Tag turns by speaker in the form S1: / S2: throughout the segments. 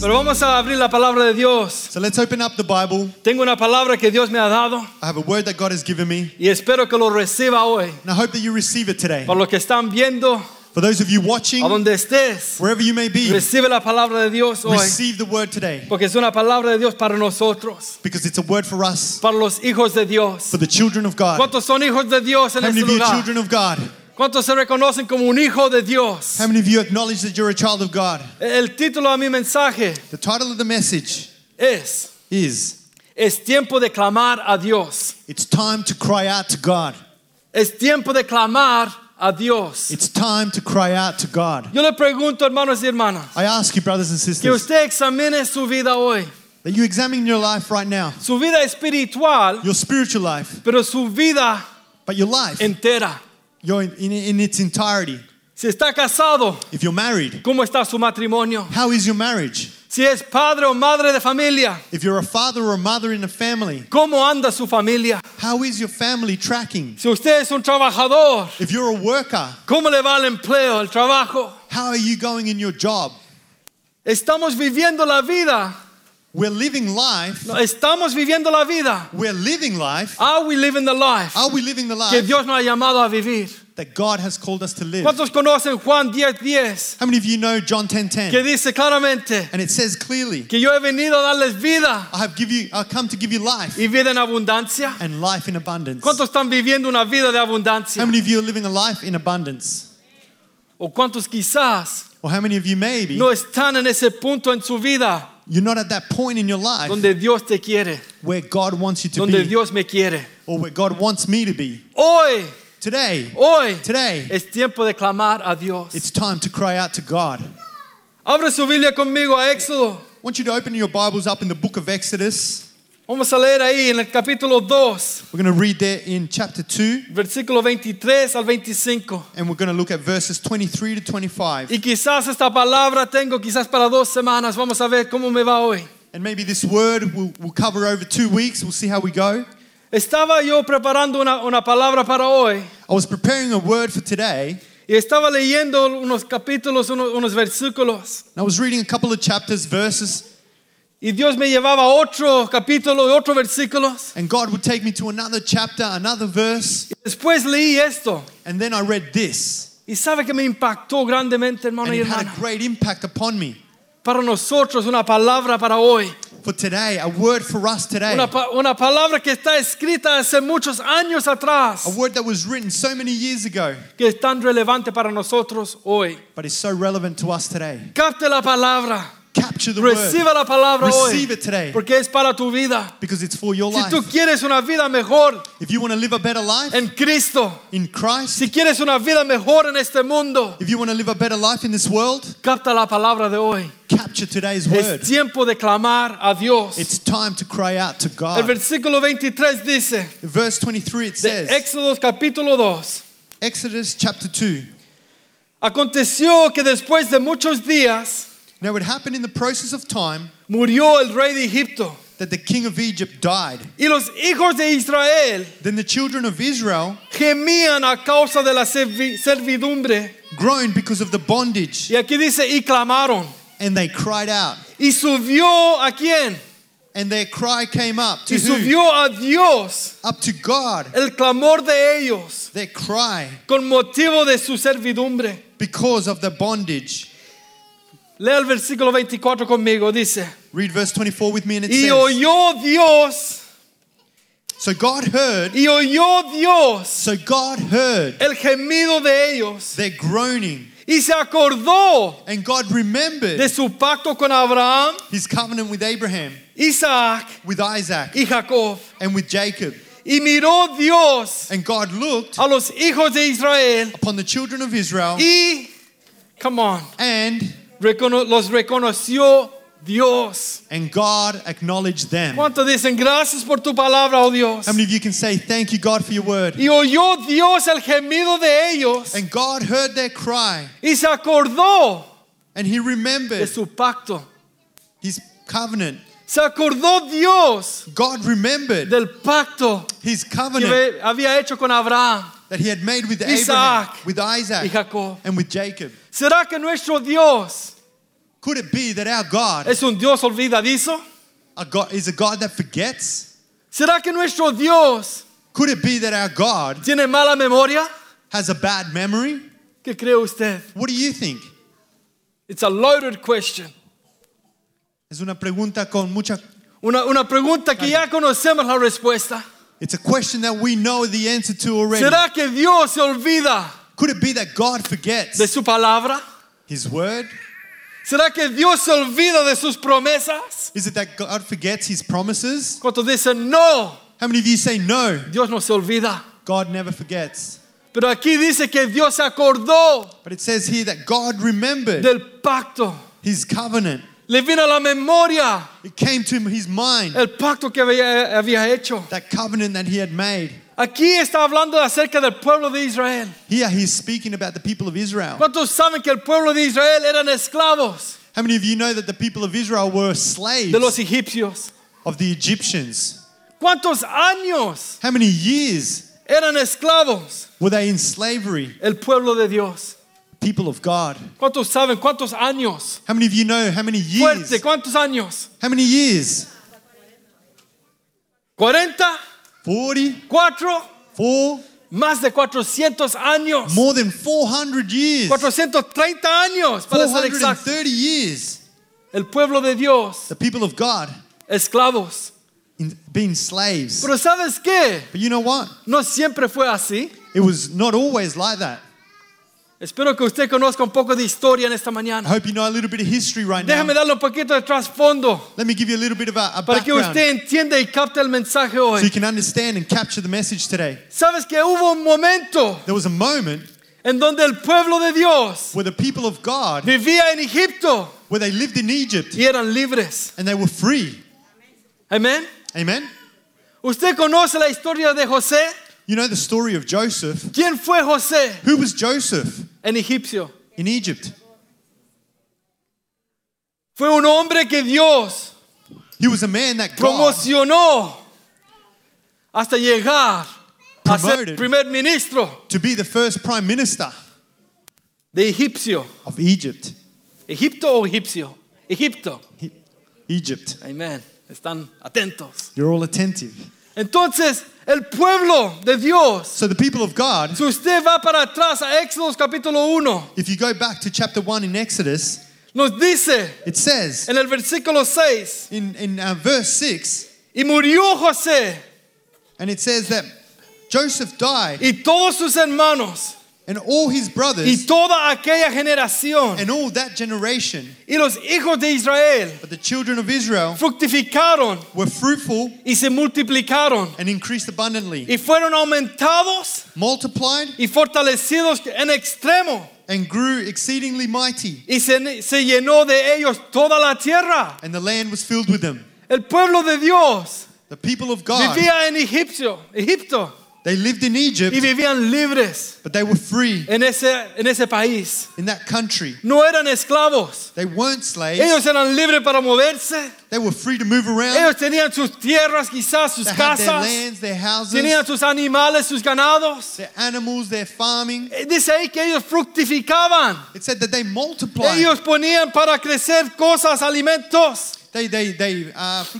S1: Pero vamos a abrir la palabra de Dios.
S2: So let's open up the Bible.
S1: Tengo una palabra que Dios me ha dado
S2: I have a word that God has given me,
S1: y espero que lo reciba hoy.
S2: and I hope that you receive it today.
S1: Para los que están viendo,
S2: For those of you watching,
S1: a donde estés,
S2: wherever you may be,
S1: recibe la palabra de Dios hoy.
S2: receive the word today
S1: Porque es una palabra de Dios para nosotros,
S2: because it's a word for us,
S1: para los hijos de Dios.
S2: for the children of God.
S1: ¿Cuántos son hijos de Dios en
S2: How many
S1: este
S2: of you are
S1: lugar?
S2: children of God?
S1: ¿Cuántos se reconocen como un hijo de Dios?
S2: How many of you acknowledge that you're a child of God?
S1: El título a mi mensaje
S2: The title of the message
S1: es,
S2: is
S1: es tiempo de clamar a Dios.
S2: It's Time to Cry Out to God.
S1: Es tiempo de clamar a Dios.
S2: It's time to cry out to God.
S1: Yo le pregunto, hermanos y hermanas,
S2: I ask you, brothers and
S1: que
S2: sisters,
S1: usted examine su vida hoy,
S2: that you examine your life right now,
S1: su vida espiritual,
S2: your spiritual life,
S1: pero su vida
S2: but your life
S1: entera.
S2: your, in, in its entirety.
S1: Si está casado,
S2: If you're married,
S1: ¿cómo está su matrimonio?
S2: how is your marriage?
S1: Si es padre o madre de familia,
S2: If you're a father or a mother in a family,
S1: ¿cómo anda su familia?
S2: how is your family tracking?
S1: Si usted es un trabajador,
S2: If you're a worker,
S1: ¿cómo le va el empleo, el trabajo?
S2: how are you going in your job?
S1: Estamos viviendo la vida.
S2: We're living life.
S1: No, Estamos viviendo la vida.
S2: We're living life.
S1: Are we living the life
S2: Are we living the
S1: que
S2: life
S1: Dios nos ha llamado a vivir?
S2: that God has called us to live?
S1: ¿Cuántos conocen Juan 10:10? 10,
S2: How many of you know John 10:10?
S1: que dice claramente
S2: And it says clearly,
S1: que yo he venido a darles vida
S2: I have give you I come to give you life
S1: y vida en abundancia.
S2: and life in abundance.
S1: ¿Cuántos están viviendo una vida de
S2: How
S1: abundancia?
S2: many of you are living a life in abundance?
S1: ¿O cuántos quizás
S2: Or how many of you maybe
S1: no están en ese punto en su vida
S2: you're not at that point in your life
S1: donde Dios te quiere,
S2: where God wants you to
S1: donde
S2: be
S1: Dios me quiere?
S2: or where God wants me to be?
S1: Hoy,
S2: Today,
S1: hoy
S2: today
S1: es tiempo de clamar a Dios.
S2: It's time to cry out to God. I
S1: Abre su Biblia conmigo a Éxodo.
S2: want you to open your Bibles up in the book of Exodus.
S1: Vamos a leer ahí en el capítulo 2,
S2: We're going to read there in chapter 2,
S1: versículo 23 al 25.
S2: and we're going to look at verses 23 to 25.
S1: Y quizás esta palabra tengo quizás para dos semanas. Vamos a ver cómo me va hoy.
S2: And maybe this word we'll, we'll cover over two weeks. We'll see how we go.
S1: Estaba yo preparando una, una palabra para hoy
S2: I was preparing a word for today,
S1: y estaba leyendo unos capítulos, uno- unos, versículos.
S2: and I was reading a couple of chapters, verses,
S1: Y Dios me llevaba a otro capítulo y otro versículos.
S2: and God would take me to another chapter, another verse,
S1: Después leí esto
S2: and then I read this.
S1: y sabe que me impactó grandemente, hermano
S2: And
S1: y
S2: it had
S1: hermana.
S2: a great impact upon me.
S1: Para nosotros una palabra para hoy.
S2: For today, a word for us today,
S1: Una,
S2: a
S1: pa- una palabra que está escrita hace muchos años atrás,
S2: word that was written so many years ago,
S1: que es tan relevante para nosotros hoy.
S2: but is so relevant to us today.
S1: Capte la palabra,
S2: Capture the word.
S1: reciba la palabra hoy,
S2: Receive it today
S1: porque es para tu vida.
S2: because it's for your
S1: Si
S2: life.
S1: tú quieres una vida mejor
S2: If you want to live a better life
S1: en Cristo,
S2: in Christ,
S1: si quieres una vida mejor en este mundo,
S2: if you want to live a better life in this world,
S1: capta la palabra de hoy.
S2: capture today's
S1: Es
S2: word.
S1: tiempo de clamar a Dios.
S2: It's time to cry out to
S1: El
S2: God.
S1: versículo 23 dice,
S2: Verse 23 it
S1: de
S2: says,
S1: Éxodo capítulo 2,
S2: Exodus chapter 2.
S1: aconteció que después de muchos días
S2: Now it happened in the process of time
S1: murió el rey de Egipto.
S2: that the king of Egypt died.
S1: Y los hijos de Israel
S2: Then the children of Israel
S1: gemían a causa de la servi- servidumbre.
S2: groaned because of the bondage
S1: Y aquí dice, y clamaron.
S2: and they cried out.
S1: ¿Y subió a quién?
S2: And their cry came up to
S1: Y
S2: who?
S1: subió a Dios
S2: Up to God.
S1: el clamor de ellos
S2: Their cry
S1: con motivo de su servidumbre.
S2: because of the bondage.
S1: Lea el versículo 24 conmigo, dice,
S2: Read verse 24 with me and it
S1: y
S2: says,
S1: oyó Dios,
S2: So God heard,
S1: y oyó Dios
S2: so God heard
S1: el gemido de ellos,
S2: their groaning,
S1: y se acordó
S2: and God remembered
S1: de su pacto con Abraham,
S2: his covenant with Abraham,
S1: Isaac
S2: with Isaac,
S1: y Jacob.
S2: and with Jacob.
S1: Y miró Dios
S2: And God looked
S1: a los hijos de Israel
S2: upon the children of Israel
S1: y, come on,
S2: and
S1: recono- los reconoció Dios.
S2: and God acknowledged them. How
S1: ¿Cuántos dicen gracias por tu palabra, oh Dios?
S2: many of you can say, Thank you, God, for your word?
S1: Y oyó Dios el gemido de ellos
S2: And God heard their cry
S1: y se acordó
S2: and he
S1: de
S2: remembered
S1: su pacto.
S2: his covenant.
S1: Se acordó Dios
S2: God remembered
S1: del pacto
S2: his
S1: que
S2: covenant
S1: ve- había hecho con Abraham
S2: that he had made with
S1: Isaac.
S2: Abraham, with
S1: y
S2: Isaac,
S1: Jacob.
S2: and with Jacob.
S1: ¿Será que nuestro Dios
S2: Could it be that our God,
S1: es un Dios olvidadizo?
S2: a God is a God that forgets?
S1: ¿Será que nuestro Dios
S2: Could it be that our God
S1: tiene mala memoria?
S2: has a bad memory?
S1: ¿Qué cree usted?
S2: What do you think?
S1: It's a loaded question.
S2: Es una pregunta con mucha.
S1: Una, una pregunta que ya conocemos la respuesta.
S2: It's a question that we know the answer to already.
S1: ¿Será que Dios se olvida
S2: Could it be that God forgets
S1: de su palabra?
S2: His word?
S1: ¿Será que Dios se olvida de sus promesas?
S2: Is it that God forgets His promises?
S1: Cuando dicen no,
S2: How many of you say no?
S1: Dios no se olvida.
S2: God never forgets.
S1: Pero aquí dice que Dios se acordó
S2: But it says here that God remembered
S1: del pacto.
S2: His covenant.
S1: Le vino a la memoria
S2: It came to His mind
S1: el pacto que había, había hecho.
S2: that covenant that He had made.
S1: Aquí está hablando acerca del pueblo de Israel.
S2: Here He's speaking about the people of Israel.
S1: ¿Cuántos saben que el pueblo de Israel eran esclavos
S2: How many of you know that the people of Israel were slaves
S1: de los egipcios?
S2: of the Egyptians?
S1: ¿Cuántos años
S2: How many years
S1: eran esclavos
S2: were they in slavery?
S1: el pueblo de Dios?
S2: People of God.
S1: ¿Cuántos saben cuántos años?
S2: How many of you know how many years?
S1: Fuerte, ¿cuántos años?
S2: How many years?
S1: ¿40?
S2: 40,
S1: ¿4?
S2: 4,
S1: Más de 400 años.
S2: more than 400 years.
S1: 430 años, para ser exacto.
S2: 430 years.
S1: El pueblo de Dios,
S2: The people of God
S1: esclavos.
S2: in, being slaves.
S1: Pero ¿sabes qué?
S2: But you know what?
S1: No siempre fue así.
S2: It was not always like that.
S1: Espero que usted conozca un poco de historia en esta
S2: I
S1: mañana.
S2: hope you know a little bit of history right
S1: Déjame
S2: now.
S1: darle un poquito de trasfondo
S2: Let me give you a little bit of a, a
S1: para que
S2: background
S1: usted entienda y capte el mensaje
S2: so you
S1: hoy.
S2: can understand and capture the message today.
S1: Sabes que hubo un momento
S2: There was a moment
S1: en donde el pueblo de Dios
S2: where the people of God,
S1: vivía en Egipto
S2: where they lived in Egypt
S1: y eran libres.
S2: and they were free.
S1: Amén.
S2: Amen?
S1: Usted conoce la historia de José.
S2: You know the story of Joseph.
S1: ¿Quién fue José
S2: Who was Joseph
S1: en Egipcio?
S2: in Egypt?
S1: Fue un hombre que Dios
S2: He was a man that God
S1: promocionó hasta llegar a ser
S2: Promoted.
S1: primer ministro
S2: to be the first prime minister
S1: de Egipcio.
S2: of Egypt.
S1: Egipto o egipcio? Egipto.
S2: He- Egypt.
S1: Amén. Están atentos.
S2: You're all attentive.
S1: Entonces, el pueblo de Dios,
S2: So the people of God,
S1: si usted va para atrás a Éxodo capítulo 1,
S2: if you go back to chapter 1 in Exodus,
S1: nos dice
S2: it says
S1: en el versículo 6,
S2: in, in uh, verse 6,
S1: y murió José
S2: and it says that Joseph died
S1: y todos sus hermanos
S2: and all his
S1: y
S2: brothers
S1: toda aquella generación
S2: and all that generation,
S1: y los hijos de Israel
S2: but the children of Israel
S1: fructificaron
S2: were fruitful
S1: y se multiplicaron
S2: and increased abundantly,
S1: y fueron aumentados
S2: multiplied
S1: y fortalecidos en extremo
S2: and grew exceedingly mighty,
S1: y se, se llenó de ellos toda la tierra.
S2: and the land was filled with them.
S1: El pueblo de Dios
S2: The people of God,
S1: vivía en Egipcio, Egipto
S2: they lived in
S1: y
S2: Egypt,
S1: vivían libres
S2: but they were free
S1: en ese, en ese país.
S2: in that country.
S1: No eran esclavos.
S2: They weren't slaves,
S1: Ellos eran libres para moverse.
S2: they were free to move around.
S1: Ellos tenían sus tierras, quizás sus
S2: They had
S1: casas.
S2: their lands, their houses,
S1: Tenían sus animales, sus ganados.
S2: their animals, their farming.
S1: Eh, Dice ahí que ellos fructificaban.
S2: It said that they multiplied.
S1: Ellos ponían para crecer cosas, alimentos.
S2: They they they uh, f-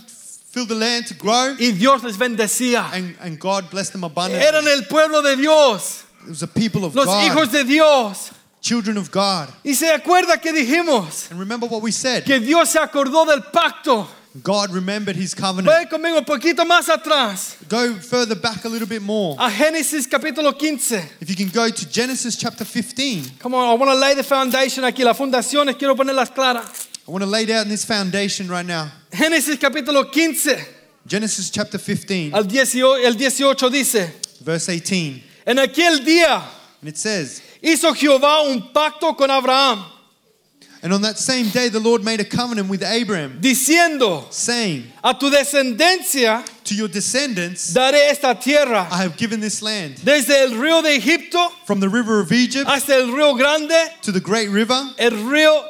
S2: filled the land to grow,
S1: Y Dios les bendecía.
S2: and, and God blessed them abundantly.
S1: Eran el pueblo de Dios,
S2: It was the people of
S1: los
S2: God,
S1: hijos de Dios.
S2: children of God.
S1: Y se acuerda que dijimos
S2: And remember what we said.
S1: que Dios se acordó del pacto.
S2: God remembered His covenant.
S1: Ve conmigo un poquito más atrás,
S2: Go further back a little bit more.
S1: a Génesis capítulo 15.
S2: If you can go to Genesis chapter 15,
S1: Come on, I want to lay the foundation aquí, las fundaciones quiero ponerlas claras.
S2: I want to lay down this foundation right now.
S1: Génesis capítulo 15,
S2: Genesis chapter 15,
S1: al 18, el 18 dice,
S2: verse 18,
S1: en aquel día
S2: and it says,
S1: hizo Jehová un pacto con Abraham
S2: And on that same day, the Lord made a covenant with Abraham,
S1: diciendo,
S2: saying,
S1: a tu descendencia
S2: To your descendants,
S1: daré esta tierra,
S2: I have given this land.
S1: desde el río de Egipto
S2: From the river of Egypt
S1: hasta el río grande,
S2: to the great river,
S1: el río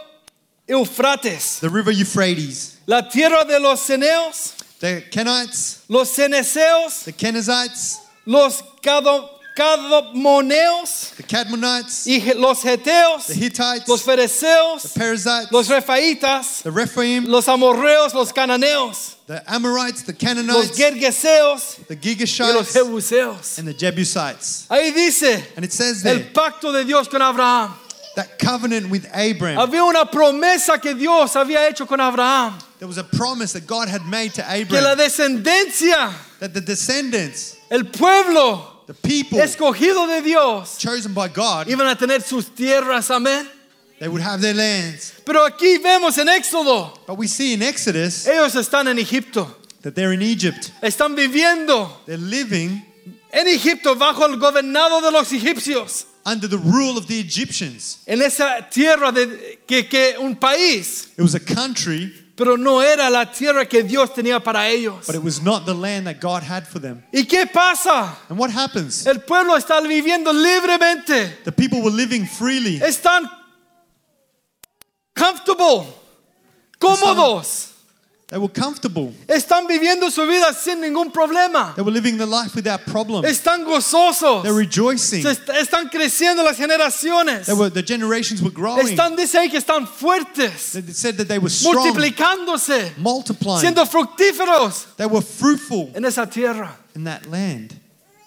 S1: Eufrates,
S2: the river Euphrates,
S1: la tierra de los ceneos,
S2: the Kenites,
S1: los ceneseos,
S2: the Kenizzites,
S1: los cado- cadomoneos
S2: the Cadmonites,
S1: y je- los geteos,
S2: the Hittites,
S1: los fereceos,
S2: the Perizzites,
S1: los refaitas,
S2: the Rephaim,
S1: los amorreos, los cananeos,
S2: the Amorites, the
S1: los
S2: Canaanites,
S1: gergeseos
S2: the
S1: y los
S2: Gigashites,
S1: jebuseos.
S2: and the Jebusites.
S1: Ahí dice
S2: And it says there,
S1: el pacto de Dios con Abraham.
S2: that covenant with Abraham,
S1: Había una promesa que Dios había hecho con Abraham,
S2: there was a promise that God had made to
S1: que la
S2: Abraham
S1: descendencia,
S2: that the descendants,
S1: el pueblo
S2: the people
S1: escogido de Dios,
S2: chosen by God,
S1: iban a tener sus tierras, amén.
S2: they would have their lands.
S1: Pero aquí vemos en Éxodo,
S2: But we see in Exodus
S1: ellos están en Egipto,
S2: that they're in Egypt.
S1: están viviendo
S2: They're living
S1: en Egipto bajo el gobernado de los egipcios,
S2: under the rule of the Egyptians.
S1: en esa tierra de, que, que un país,
S2: It was a country,
S1: pero no era la tierra que Dios tenía para ellos.
S2: but it was not the land that God had for them.
S1: ¿Y qué pasa?
S2: And what happens?
S1: El pueblo está viviendo libremente.
S2: The people were living freely.
S1: están comfortable, cómodos,
S2: They were comfortable.
S1: están viviendo su vida sin ningún problema,
S2: They were living the life without problem.
S1: están gozosos,
S2: They're rejoicing.
S1: se est- están creciendo las generaciones,
S2: They were, the generations were growing.
S1: están, dice ahí que están fuertes,
S2: They said that they were strong,
S1: multiplicándose,
S2: multiplying.
S1: siendo fructíferos
S2: They were fruitful
S1: en esa tierra.
S2: in that land.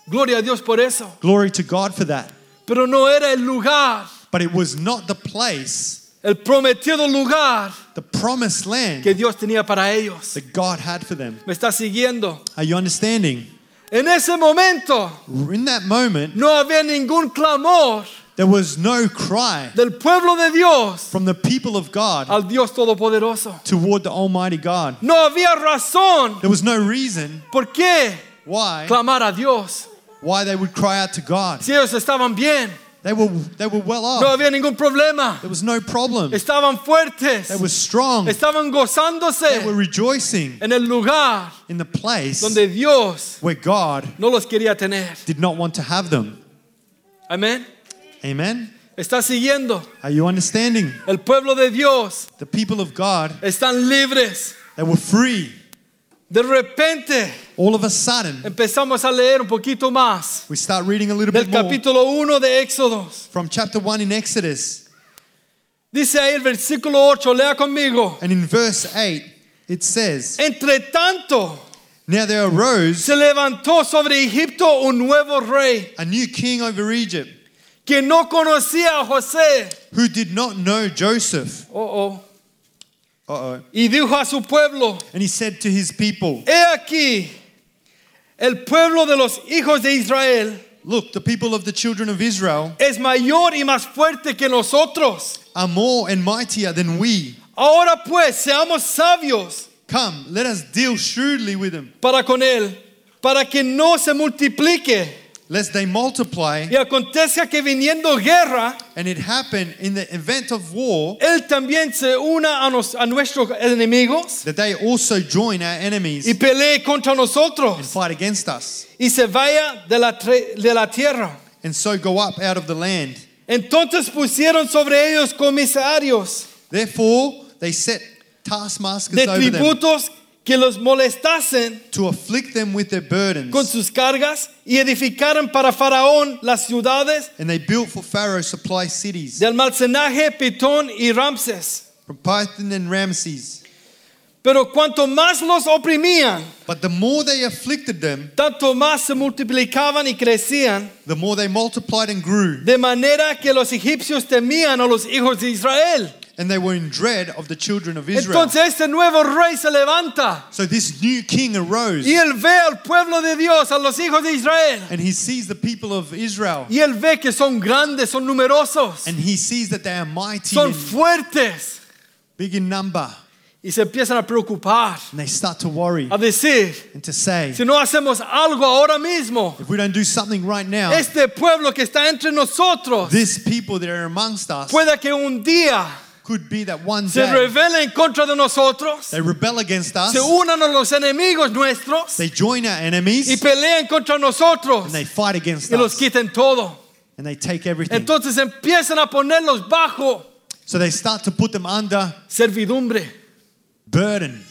S1: Gloria a Dios por eso.
S2: Glory to God for that.
S1: Pero no era el lugar,
S2: But it was not the place,
S1: el prometido lugar
S2: the promised land
S1: que Dios tenía para ellos.
S2: that God had for them.
S1: Me está siguiendo.
S2: Are you understanding?
S1: En ese momento
S2: In that moment,
S1: no había ningún clamor
S2: there was no cry
S1: del pueblo de Dios
S2: from the people of God
S1: al Dios Todopoderoso.
S2: toward the Almighty God.
S1: No había razón
S2: There was no reason
S1: por qué
S2: why
S1: clamar a Dios
S2: why they would cry out to God.
S1: si ellos estaban bien.
S2: They were they were well
S1: No
S2: off.
S1: había ningún problema.
S2: There was no problem.
S1: Estaban
S2: They
S1: fuertes.
S2: were strong.
S1: Estaban
S2: They were
S1: gozándose
S2: rejoicing
S1: en el lugar
S2: in the place
S1: donde Dios
S2: where God
S1: no los quería tener.
S2: did not want to have them.
S1: Amén.
S2: Amen.
S1: Está siguiendo.
S2: Are you understanding?
S1: El pueblo de Dios
S2: The people of God,
S1: están libres.
S2: they were free.
S1: De repente
S2: All of a sudden,
S1: empezamos a leer un poquito más
S2: we start reading a little bit
S1: del
S2: more
S1: capítulo 1 de Éxodos.
S2: from chapter 1 in Exodus.
S1: Dice ahí el versículo 8, lea conmigo.
S2: And in verse 8, it says,
S1: Entre tanto,
S2: Now there arose
S1: se levantó sobre Egipto un nuevo rey
S2: a new king over Egypt
S1: que no conocía a José.
S2: who did not know Joseph.
S1: Oh, oh.
S2: Uh oh.
S1: Y dijo a su pueblo,
S2: And he said to his people,
S1: he aquí el pueblo de los hijos de Israel
S2: Look, the people of the children of Israel
S1: es mayor y más fuerte que nosotros.
S2: are more and mightier than we.
S1: Ahora pues, seamos sabios
S2: Come, let us deal shrewdly with them,
S1: para con él, para que no se multiplique.
S2: lest they multiply.
S1: Y acontezca que viniendo guerra,
S2: And it happened in the event of war
S1: Él también se una a, nos- a nuestros enemigos
S2: that they also join our enemies
S1: y pelee contra
S2: and
S1: nosotros
S2: fight against us,
S1: y se vaya de la, tre- de la tierra.
S2: and so go up out of the land.
S1: Entonces pusieron sobre ellos comisarios
S2: Therefore, they set taskmasters
S1: de
S2: over them
S1: tributos que los molestasen
S2: to afflict them with their burdens.
S1: con sus cargas y edificaron para Faraón las ciudades
S2: And they built for Pharaoh supply cities
S1: del almacenaje Pitón y Ramses.
S2: from Python and Ramses.
S1: Pero cuanto más los oprimían,
S2: But the more they afflicted them,
S1: tanto más se multiplicaban y crecían
S2: the more they multiplied and grew,
S1: De manera que los egipcios temían a los hijos de Israel.
S2: and they were in dread of the children of Israel.
S1: Entonces este nuevo rey se levanta
S2: So this new king arose,
S1: y él ve al pueblo de Dios, a los hijos de Israel.
S2: and he sees the people of Israel,
S1: Y él ve que son grandes, son numerosos,
S2: and he sees that they are mighty
S1: son
S2: and
S1: fuertes.
S2: big in number,
S1: Y se empiezan a preocupar,
S2: and they start to worry
S1: a decir,
S2: and to say,
S1: si no hacemos algo ahora mismo,
S2: if we don't do something right now,
S1: este pueblo que está entre nosotros,
S2: this people that are amongst us,
S1: pueda que un día
S2: could be that one
S1: se
S2: day
S1: revela en contra de nosotros,
S2: they rebel against us,
S1: se unan a los enemigos nuestros
S2: they join our
S1: y
S2: enemies,
S1: pelean contra nosotros
S2: and they fight against
S1: y los
S2: us,
S1: quiten todo.
S2: and they take everything.
S1: Entonces empiezan a ponerlos bajo
S2: So they start to put them under
S1: servidumbre.
S2: burden.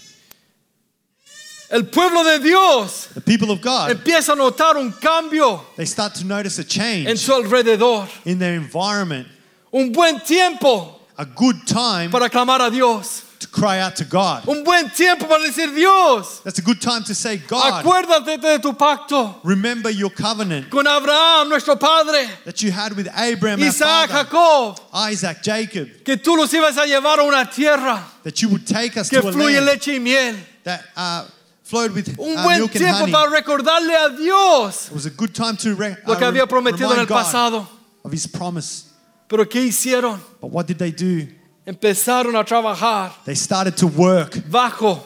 S1: El pueblo de Dios
S2: The people of God,
S1: empieza a notar un cambio
S2: they start to notice a
S1: en
S2: change
S1: su alrededor.
S2: in their environment,
S1: Un buen tiempo
S2: a good time
S1: para clamar a Dios.
S2: to cry out to God.
S1: Un buen tiempo para decir, Dios,
S2: That's a good time to say, God,
S1: acuérdate de tu pacto
S2: remember your covenant
S1: con Abraham, nuestro padre,
S2: that you had with Abraham, our
S1: Isaac,
S2: father,
S1: Jacob,
S2: Isaac, Jacob,
S1: que tú los ibas a llevar a una tierra
S2: that you would take us
S1: que
S2: to a
S1: fluye
S2: land
S1: leche y miel.
S2: that uh, flowed with
S1: Un
S2: uh,
S1: buen
S2: milk and
S1: tiempo
S2: honey.
S1: para recordarle a Dios
S2: It was a good time to re-
S1: lo que
S2: uh,
S1: había prometido en
S2: remind
S1: el
S2: God
S1: pasado.
S2: of his promise.
S1: Pero ¿qué hicieron?
S2: But what did they do?
S1: Empezaron a trabajar
S2: They started to work
S1: bajo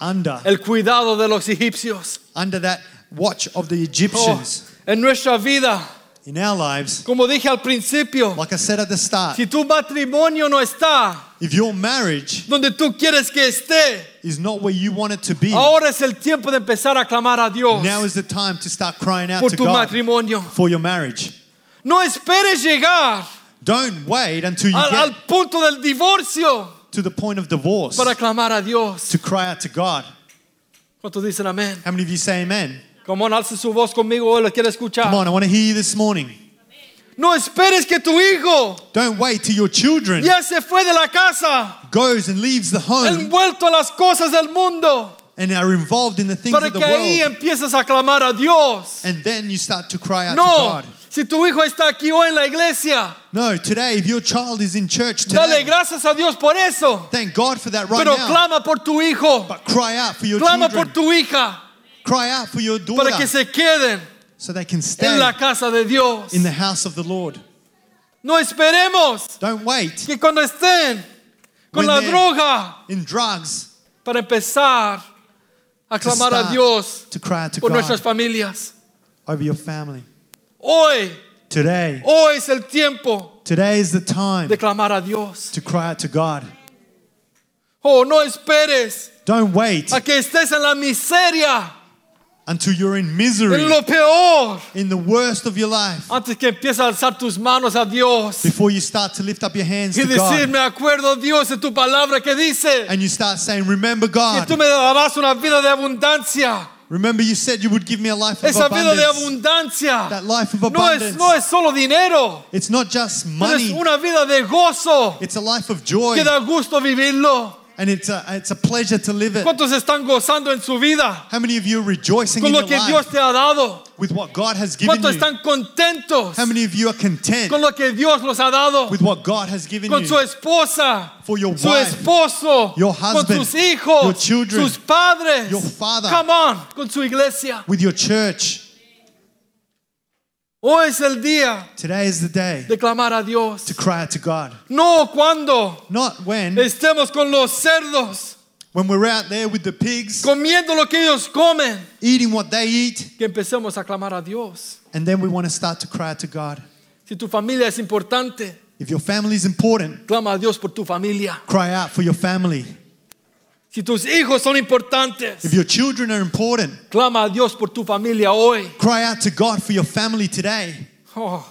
S2: under
S1: el cuidado de los egipcios.
S2: under that watch of the
S1: Oh,
S2: Egyptians
S1: en nuestra vida,
S2: in our lives.
S1: como dije al principio,
S2: Like I said at the start,
S1: si tu matrimonio no está
S2: if your marriage
S1: donde tú quieres que esté,
S2: is not where you want it to be,
S1: ahora es el tiempo de empezar a clamar a Dios
S2: now is the time to start crying out
S1: por
S2: to
S1: tu
S2: God
S1: matrimonio.
S2: for your marriage.
S1: No esperes llegar
S2: Don't wait until you
S1: al,
S2: get
S1: al punto del divorcio
S2: to the point of divorce
S1: para clamar a Dios.
S2: to cry out to God.
S1: ¿Cuántos dicen amén?
S2: How many of you say amen?
S1: Como alce su voz conmigo hoy, lo quiero escuchar.
S2: Come on, I want to hear you this morning.
S1: No esperes que tu hijo
S2: Don't wait till your children
S1: ya se fue de la casa,
S2: goes and leaves the home
S1: envuelto a las cosas del mundo,
S2: and are involved in the things
S1: para
S2: of the
S1: que ahí
S2: world.
S1: empieces a clamar a Dios.
S2: And then you start to cry out to
S1: No,
S2: God.
S1: si tu hijo está aquí hoy en la iglesia,
S2: No, today, if your child is in church
S1: dale
S2: today,
S1: gracias a Dios por eso,
S2: thank God for that right
S1: pero
S2: now.
S1: clama por tu hijo,
S2: but cry out for your
S1: clama
S2: children.
S1: por tu hija,
S2: cry out for your
S1: para que
S2: daughter
S1: se queden
S2: so they can
S1: en la
S2: stand
S1: casa de Dios.
S2: in the house of the Lord.
S1: No esperemos
S2: Don't wait
S1: que cuando estén con
S2: When
S1: la
S2: they-
S1: droga
S2: in drugs
S1: para empezar a
S2: to,
S1: clamar a
S2: start
S1: Dios
S2: to cry out to
S1: por nuestras
S2: God
S1: familias.
S2: over your family.
S1: Hoy,
S2: Today,
S1: hoy es el tiempo
S2: today is the time
S1: de clamar a Dios.
S2: to cry out to God.
S1: Oh, no esperes
S2: Don't wait
S1: a que estés en la miseria,
S2: until you're in misery,
S1: en lo peor,
S2: in the worst of your life.
S1: antes que empieces a alzar tus manos a Dios
S2: before you start to lift up your hands
S1: y
S2: to
S1: decir,
S2: God
S1: me acuerdo Dios de tu palabra que dice
S2: and you start saying, Remember
S1: que tú
S2: God.
S1: me darás una vida de abundancia.
S2: Remember, you said you would give me a life of
S1: Esa vida de
S2: abundance.
S1: abundancia
S2: That life of
S1: no es,
S2: abundance.
S1: no es solo dinero,
S2: It's not just
S1: pero es
S2: money,
S1: una vida de gozo
S2: it's a life of joy
S1: que da gusto vivirlo.
S2: and it's a, it's a pleasure to live it.
S1: ¿Cuántos están gozando en su vida
S2: How many of you are rejoicing
S1: con
S2: in
S1: lo
S2: your
S1: que Dios
S2: life
S1: te ha dado?
S2: with what God has given
S1: ¿Cuántos
S2: you?
S1: están contentos
S2: How many of you are content
S1: con lo que Dios los ha dado?
S2: with what God has given
S1: Con su
S2: you?
S1: esposa,
S2: For your
S1: su
S2: wife,
S1: esposo,
S2: your
S1: con
S2: husband,
S1: sus hijos,
S2: your children,
S1: sus padres,
S2: your father.
S1: come on, con su iglesia.
S2: With your church?
S1: Hoy es el día
S2: Today is the day
S1: de clamar a Dios.
S2: to cry out to God.
S1: No cuando
S2: Not when,
S1: estemos con los cerdos,
S2: when we're out there with the pigs,
S1: comiendo lo que ellos comen,
S2: eating what they eat,
S1: que empecemos a clamar a Dios.
S2: and then we want to start to cry out to God.
S1: Si tu familia es importante,
S2: If your family is important,
S1: clama a Dios por tu familia.
S2: cry out for your family.
S1: Si tus hijos son importantes,
S2: If your children are important,
S1: clama a Dios por tu familia hoy.
S2: cry out to God for your family today.
S1: Oh.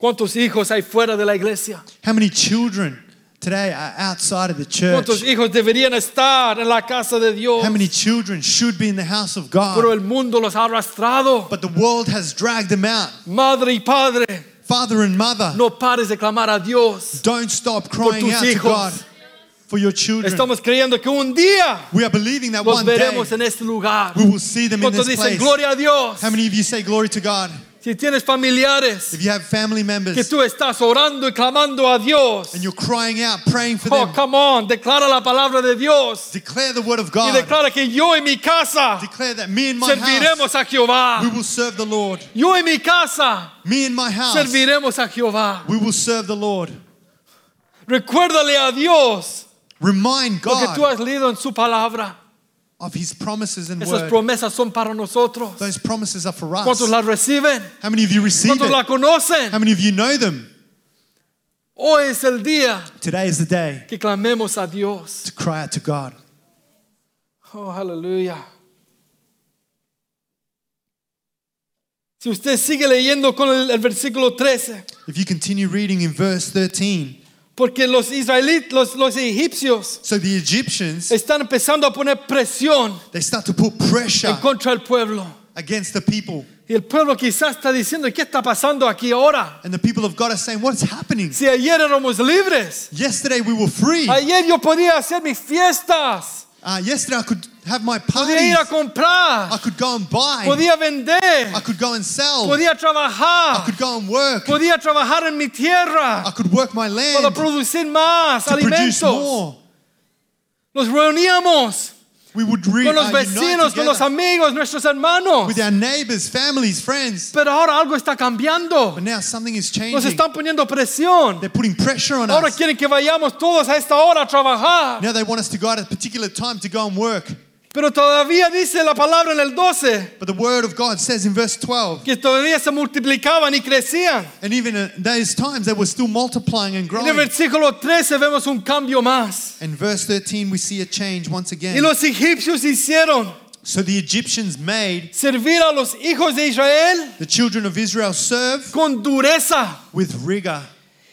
S1: ¿Cuántos hijos hay fuera de la iglesia?
S2: How many children today are outside of the
S1: ¿Cuántos
S2: church?
S1: hijos deberían estar en la casa de Dios?
S2: How many children should be in the house
S1: Pero
S2: of God?
S1: el mundo los ha arrastrado.
S2: But the world has dragged them out.
S1: Madre y padre,
S2: Father and mother,
S1: no pares de clamar a Dios.
S2: don't stop
S1: Por
S2: crying
S1: tus
S2: out to
S1: hijos.
S2: God for your children.
S1: Estamos creyendo que un día
S2: We are believing that
S1: los
S2: one day
S1: veremos en este lugar.
S2: we will see them in
S1: ¿Cuántos
S2: this
S1: dicen
S2: place.
S1: gloria a Dios?
S2: How many of you say glory to God?
S1: Si tienes familiares
S2: If you have family
S1: que
S2: members
S1: tú estás orando y clamando a Dios,
S2: and you're crying out, praying for
S1: oh,
S2: them,
S1: come on, declara la palabra de Dios
S2: declare the word of
S1: y
S2: God.
S1: declara que yo y mi casa
S2: Declare that me and my house,
S1: serviremos a Jehová.
S2: we will serve the Lord.
S1: Yo y mi casa
S2: Me and my house,
S1: serviremos a Jehová.
S2: we will serve the Lord.
S1: Recuérdale a Dios
S2: Remind
S1: lo que tú
S2: God
S1: has leído en su palabra.
S2: of His promises and
S1: Esas
S2: word.
S1: promesas son para nosotros.
S2: Those promises are for us.
S1: ¿Cuántos las reciben?
S2: How many of you receive
S1: ¿Cuántos
S2: it?
S1: la
S2: How
S1: conocen?
S2: many of you know them?
S1: Hoy es el día
S2: Today is the day
S1: que clamemos a Dios.
S2: to cry out to God.
S1: Oh, aleluya. Si usted sigue leyendo con el, el versículo 13,
S2: If you continue reading in verse 13,
S1: porque los israelitas, los, los egipcios,
S2: so the Egyptians,
S1: están empezando a poner presión
S2: they start to put
S1: en
S2: pressure
S1: contra del pueblo.
S2: against the people.
S1: Y el pueblo quizás está diciendo, ¿qué está pasando aquí ahora?
S2: And the people of God are saying, What's happening?
S1: Si ayer éramos libres,
S2: Yesterday we were free.
S1: ayer yo podía hacer mis fiestas,
S2: Uh, yesterday I could have my
S1: podía
S2: parties.
S1: ir a comprar,
S2: I could go and buy.
S1: podía vender,
S2: I could go and sell.
S1: podía
S2: I
S1: trabajar,
S2: could go and work.
S1: podía trabajar en mi
S2: I
S1: tierra
S2: could work my
S1: para
S2: land to
S1: producir más alimentos.
S2: produce more.
S1: Nos reuníamos
S2: We would re-
S1: con los
S2: uh, unite
S1: vecinos, con los
S2: together
S1: amigos, nuestros hermanos.
S2: with our neighbors, families, friends.
S1: Pero ahora algo está cambiando.
S2: But now something is
S1: Nos
S2: changing.
S1: están poniendo presión.
S2: They're putting pressure on
S1: Ahora
S2: us.
S1: quieren que vayamos todos a esta hora a trabajar.
S2: Now they want us to go out at a particular time to go and work.
S1: Pero todavía dice la palabra en el 12
S2: But the word of God says in verse 12,
S1: que todavía se multiplicaban y crecían.
S2: and even in those times they were still multiplying and
S1: En el
S2: growing.
S1: versículo 13 vemos un cambio más.
S2: In verse 13 we see a change once
S1: Y
S2: again.
S1: los egipcios hicieron
S2: So the Egyptians made
S1: servir a los hijos de Israel
S2: the children of Israel serve
S1: con dureza
S2: with rigor,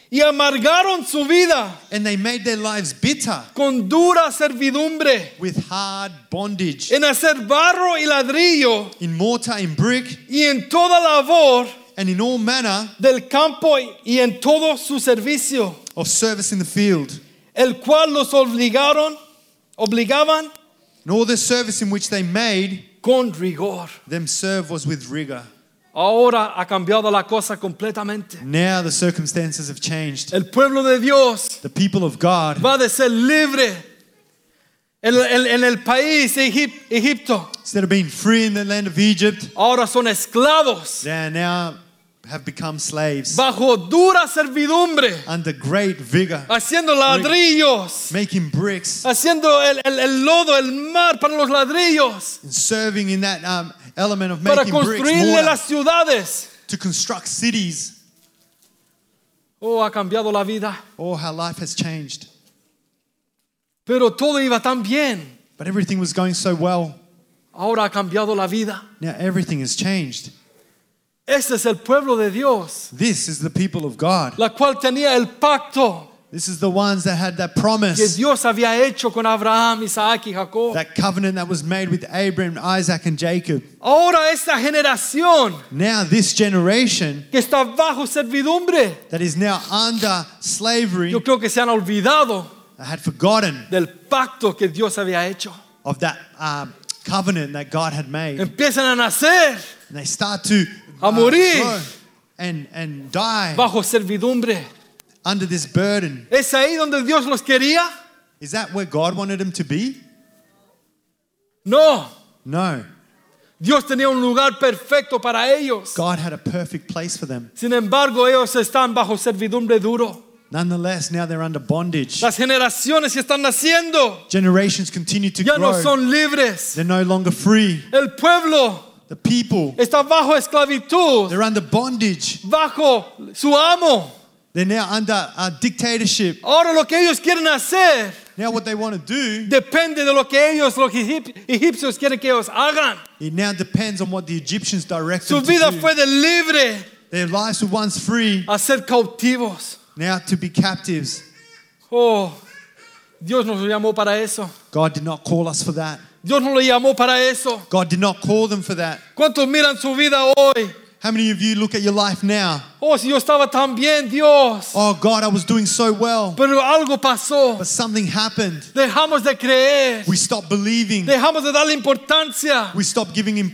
S1: y amargaron su vida
S2: and they made their lives bitter
S1: con dura servidumbre
S2: with hard bondage.
S1: en hacer barro y ladrillo
S2: In mortar, in brick,
S1: y en toda labor
S2: and in all manner
S1: del campo y en todo su servicio.
S2: of service in the field,
S1: el cual los obligaron, obligaban
S2: and all the service in which they made
S1: con rigor.
S2: them serve was with rigor.
S1: Ahora ha cambiado la cosa completamente.
S2: Now the circumstances have changed.
S1: El pueblo de Dios
S2: The people of God
S1: va de ser libre en, en- en el país Egip- Egipto.
S2: instead of being free in the land of Egypt,
S1: Ahora son esclavos
S2: they now have become slaves
S1: bajo dura servidumbre,
S2: under great vigor,
S1: haciendo ladrillos,
S2: making bricks
S1: haciendo el, el- el lodo, el mar para los ladrillos,
S2: and serving in that um, element of
S1: para
S2: making bricks
S1: construirle
S2: mortar,
S1: las ciudades.
S2: to construct cities.
S1: Oh, ha cambiado la vida.
S2: Oh, how life has changed.
S1: Pero todo iba tan bien.
S2: But everything was going so well.
S1: Ahora ha cambiado la vida.
S2: Now everything has changed.
S1: Este es el pueblo de Dios,
S2: This is the people of God.
S1: la cual tenía el pacto
S2: This is the ones that had that
S1: que
S2: promise,
S1: Dios había hecho con Abraham, Isaac y Jacob.
S2: that covenant that was made with Abraham, Isaac, and Jacob.
S1: Ahora esta generación
S2: Now, this generation
S1: que está bajo servidumbre,
S2: that is now under slavery
S1: yo creo que se han olvidado
S2: had forgotten
S1: del pacto que Dios había hecho.
S2: of that uh, covenant that God had made. And
S1: Empiezan a nacer
S2: they start to uh,
S1: A morir.
S2: grow and, and die
S1: bajo servidumbre.
S2: under this burden.
S1: ¿Es ahí donde Dios los quería?
S2: Is that where God wanted them to be?
S1: No,
S2: No.
S1: Dios tenía un lugar perfecto para ellos.
S2: God had a perfect place for them.
S1: Sin embargo, ellos están bajo servidumbre duro.
S2: Nonetheless, now they're under bondage.
S1: Las generaciones que están naciendo
S2: Generations continue to
S1: ya no
S2: grow.
S1: son libres.
S2: They're no longer free.
S1: El pueblo
S2: The people,
S1: está bajo esclavitud,
S2: they're under bondage.
S1: bajo su amo.
S2: They're now under a dictatorship.
S1: Ahora lo que ellos quieren hacer
S2: Now, what they want to do,
S1: depende de lo que ellos, los egip- egipcios, quieren que ellos hagan.
S2: it now depends on what the Egyptians direct
S1: Su
S2: them
S1: vida
S2: to do.
S1: fue de libre
S2: Their lives were once free,
S1: a ser cautivos.
S2: now to be captives.
S1: Oh, Dios nos llamó para eso.
S2: God did not call us for that.
S1: Dios nos lo llamó para eso.
S2: God did not call them for that.
S1: ¿Cuántos miran su vida hoy?
S2: How many of you look at your life now?
S1: Oh, si yo estaba tan bien, Dios.
S2: Oh, God, I was doing so well,
S1: Pero algo pasó.
S2: but something happened.
S1: Dejamos de creer.
S2: We stopped believing.
S1: Dejamos de darle importancia
S2: We stopped giving
S1: a las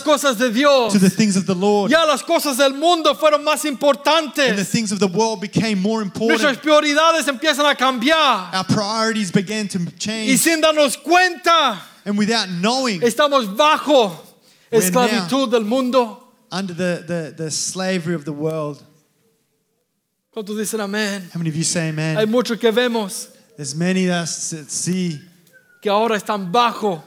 S2: importance
S1: cosas de Dios.
S2: to the things of the Lord.
S1: Ya las cosas del mundo fueron más
S2: And the
S1: importantes.
S2: things of the world became more
S1: Nuestras
S2: important.
S1: prioridades empiezan a cambiar.
S2: Our priorities began to
S1: Y
S2: change.
S1: sin darnos cuenta,
S2: And without knowing,
S1: estamos bajo esclavitud del mundo.
S2: under the, the, the slavery of the world.
S1: ¿Cuántos dicen amén?
S2: How many of you say
S1: Hay
S2: amen?
S1: muchos que vemos
S2: There's many that s- that see
S1: que ahora están bajo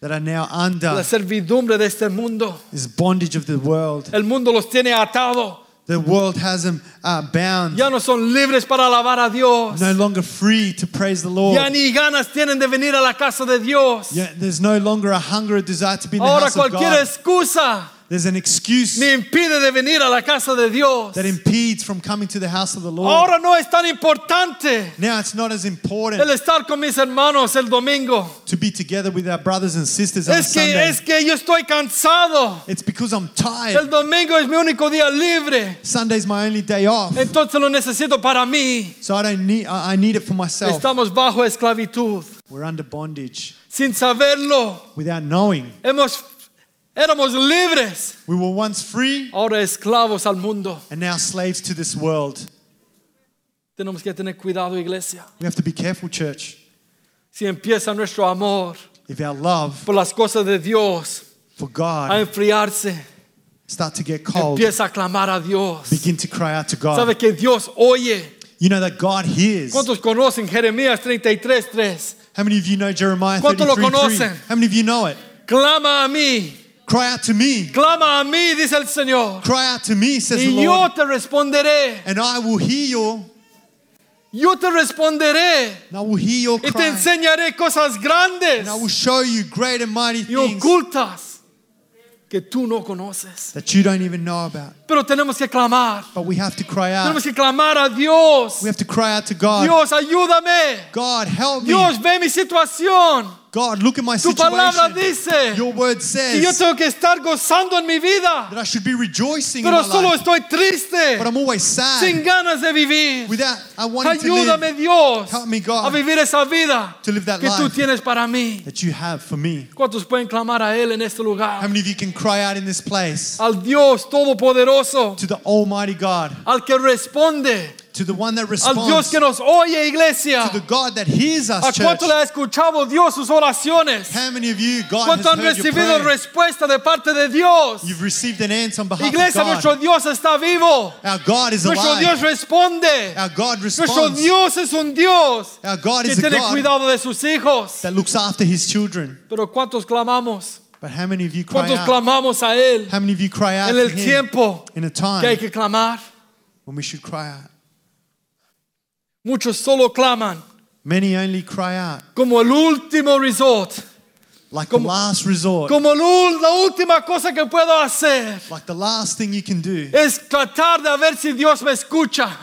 S2: that are now under
S1: la servidumbre de este mundo.
S2: this bondage of the world.
S1: El mundo los tiene atado.
S2: The world has them uh, bound,
S1: Ya no son libres para alabar a Dios.
S2: no longer free to praise the Lord.
S1: Ya ni ganas tienen de venir a la casa de Dios.
S2: Yeah, there's no longer a hunger, a desire to be in the
S1: Ahora
S2: house of
S1: cualquier
S2: God.
S1: excusa
S2: There's an excuse
S1: me impide de venir a la casa de Dios.
S2: that impedes from coming to the house of the Lord.
S1: Ahora no es tan importante
S2: Now it's not as important
S1: el estar con mis hermanos el domingo.
S2: to be together with our brothers and sisters on
S1: Es
S2: Sunday.
S1: que, es que yo estoy cansado.
S2: It's because
S1: El
S2: I'm tired.
S1: domingo es mi único día libre.
S2: Sunday's my only day off,
S1: Entonces lo necesito para mí.
S2: so I don't need. I I need it for myself.
S1: Estamos bajo esclavitud.
S2: We're under bondage
S1: Sin saberlo,
S2: without knowing.
S1: hemos, éramos libres.
S2: We were once free
S1: Ahora esclavos al mundo.
S2: and now slaves to this world.
S1: Tenemos que tener cuidado, iglesia.
S2: We have to be careful, church.
S1: Si empieza nuestro amor
S2: If our love
S1: por las cosas de Dios
S2: for
S1: a
S2: God
S1: enfriarse,
S2: start to get cold,
S1: empieza a clamar a Dios.
S2: begin to cry out to
S1: Sabe
S2: God.
S1: que Dios oye.
S2: You know that God hears.
S1: ¿Cuántos conocen Jeremías 33, 3?
S2: How many of you know Jeremiah
S1: ¿Cuánto lo
S2: 33?
S1: conocen?
S2: How many of you know it?
S1: Clama a mí,
S2: Cry out to me.
S1: clama a mí, dice el Señor.
S2: Cry out to me, says the
S1: Y
S2: Lord,
S1: yo te responderé,
S2: and I will hear your
S1: yo te responderé
S2: and I will hear your
S1: y te
S2: cry.
S1: enseñaré cosas
S2: And
S1: grandes
S2: I will show you great and mighty
S1: y
S2: things
S1: ocultas que tú no conoces.
S2: that you don't even know about.
S1: Pero tenemos que clamar,
S2: But we have to cry out.
S1: tenemos que clamar a Dios.
S2: We have to cry out to God.
S1: Dios, ayúdame.
S2: God, help me.
S1: Dios, ve mi situación.
S2: God, look at my
S1: Tu palabra
S2: situation.
S1: dice
S2: Your word
S1: que yo
S2: says
S1: tengo que estar gozando en mi vida,
S2: that I should be rejoicing in my
S1: pero solo
S2: life,
S1: estoy triste,
S2: but I'm always
S1: sin
S2: sad
S1: ganas de vivir.
S2: without I wanting to live
S1: Ayúdame Dios
S2: Help me, God,
S1: a vivir esa vida
S2: to live that
S1: que tú
S2: life.
S1: tienes para mí.
S2: that you have for me.
S1: ¿Cuántos pueden clamar a Él en este
S2: How
S1: lugar?
S2: many of you can cry out in this place
S1: Al Dios Todopoderoso,
S2: to the Almighty God,
S1: al que responde,
S2: to the one that
S1: al Dios
S2: responds,
S1: que
S2: to
S1: nos oye, iglesia.
S2: the God that hears
S1: ¿A
S2: us, church?
S1: cuánto le ha escuchado Dios sus oraciones?
S2: How many of you, God, has
S1: ¿Cuánto han
S2: heard your
S1: recibido
S2: prayer?
S1: respuesta de parte de Dios?
S2: You've received an answer on behalf
S1: Iglesia,
S2: of
S1: nuestro
S2: God.
S1: Dios está vivo.
S2: Our God is
S1: Nuestro
S2: alive.
S1: Dios responde.
S2: Our God
S1: Nuestro
S2: responds.
S1: Dios es un Dios
S2: Our God
S1: que
S2: is a
S1: tiene
S2: God
S1: cuidado de sus hijos.
S2: that looks after his children.
S1: Pero ¿cuántos clamamos?
S2: But how many of you cry
S1: ¿Cuántos
S2: out?
S1: clamamos a Él
S2: How many of you cry out
S1: en
S2: to
S1: el
S2: him
S1: tiempo
S2: in a
S1: que hay
S2: time
S1: que clamar?
S2: when we should cry out?
S1: Muchos solo claman
S2: Many only cry out
S1: como el último resort,
S2: like
S1: Como-
S2: the last resort.
S1: como el ul- la última cosa que puedo hacer
S2: Like the last thing you can do.
S1: es tratar de ver si Dios me escucha.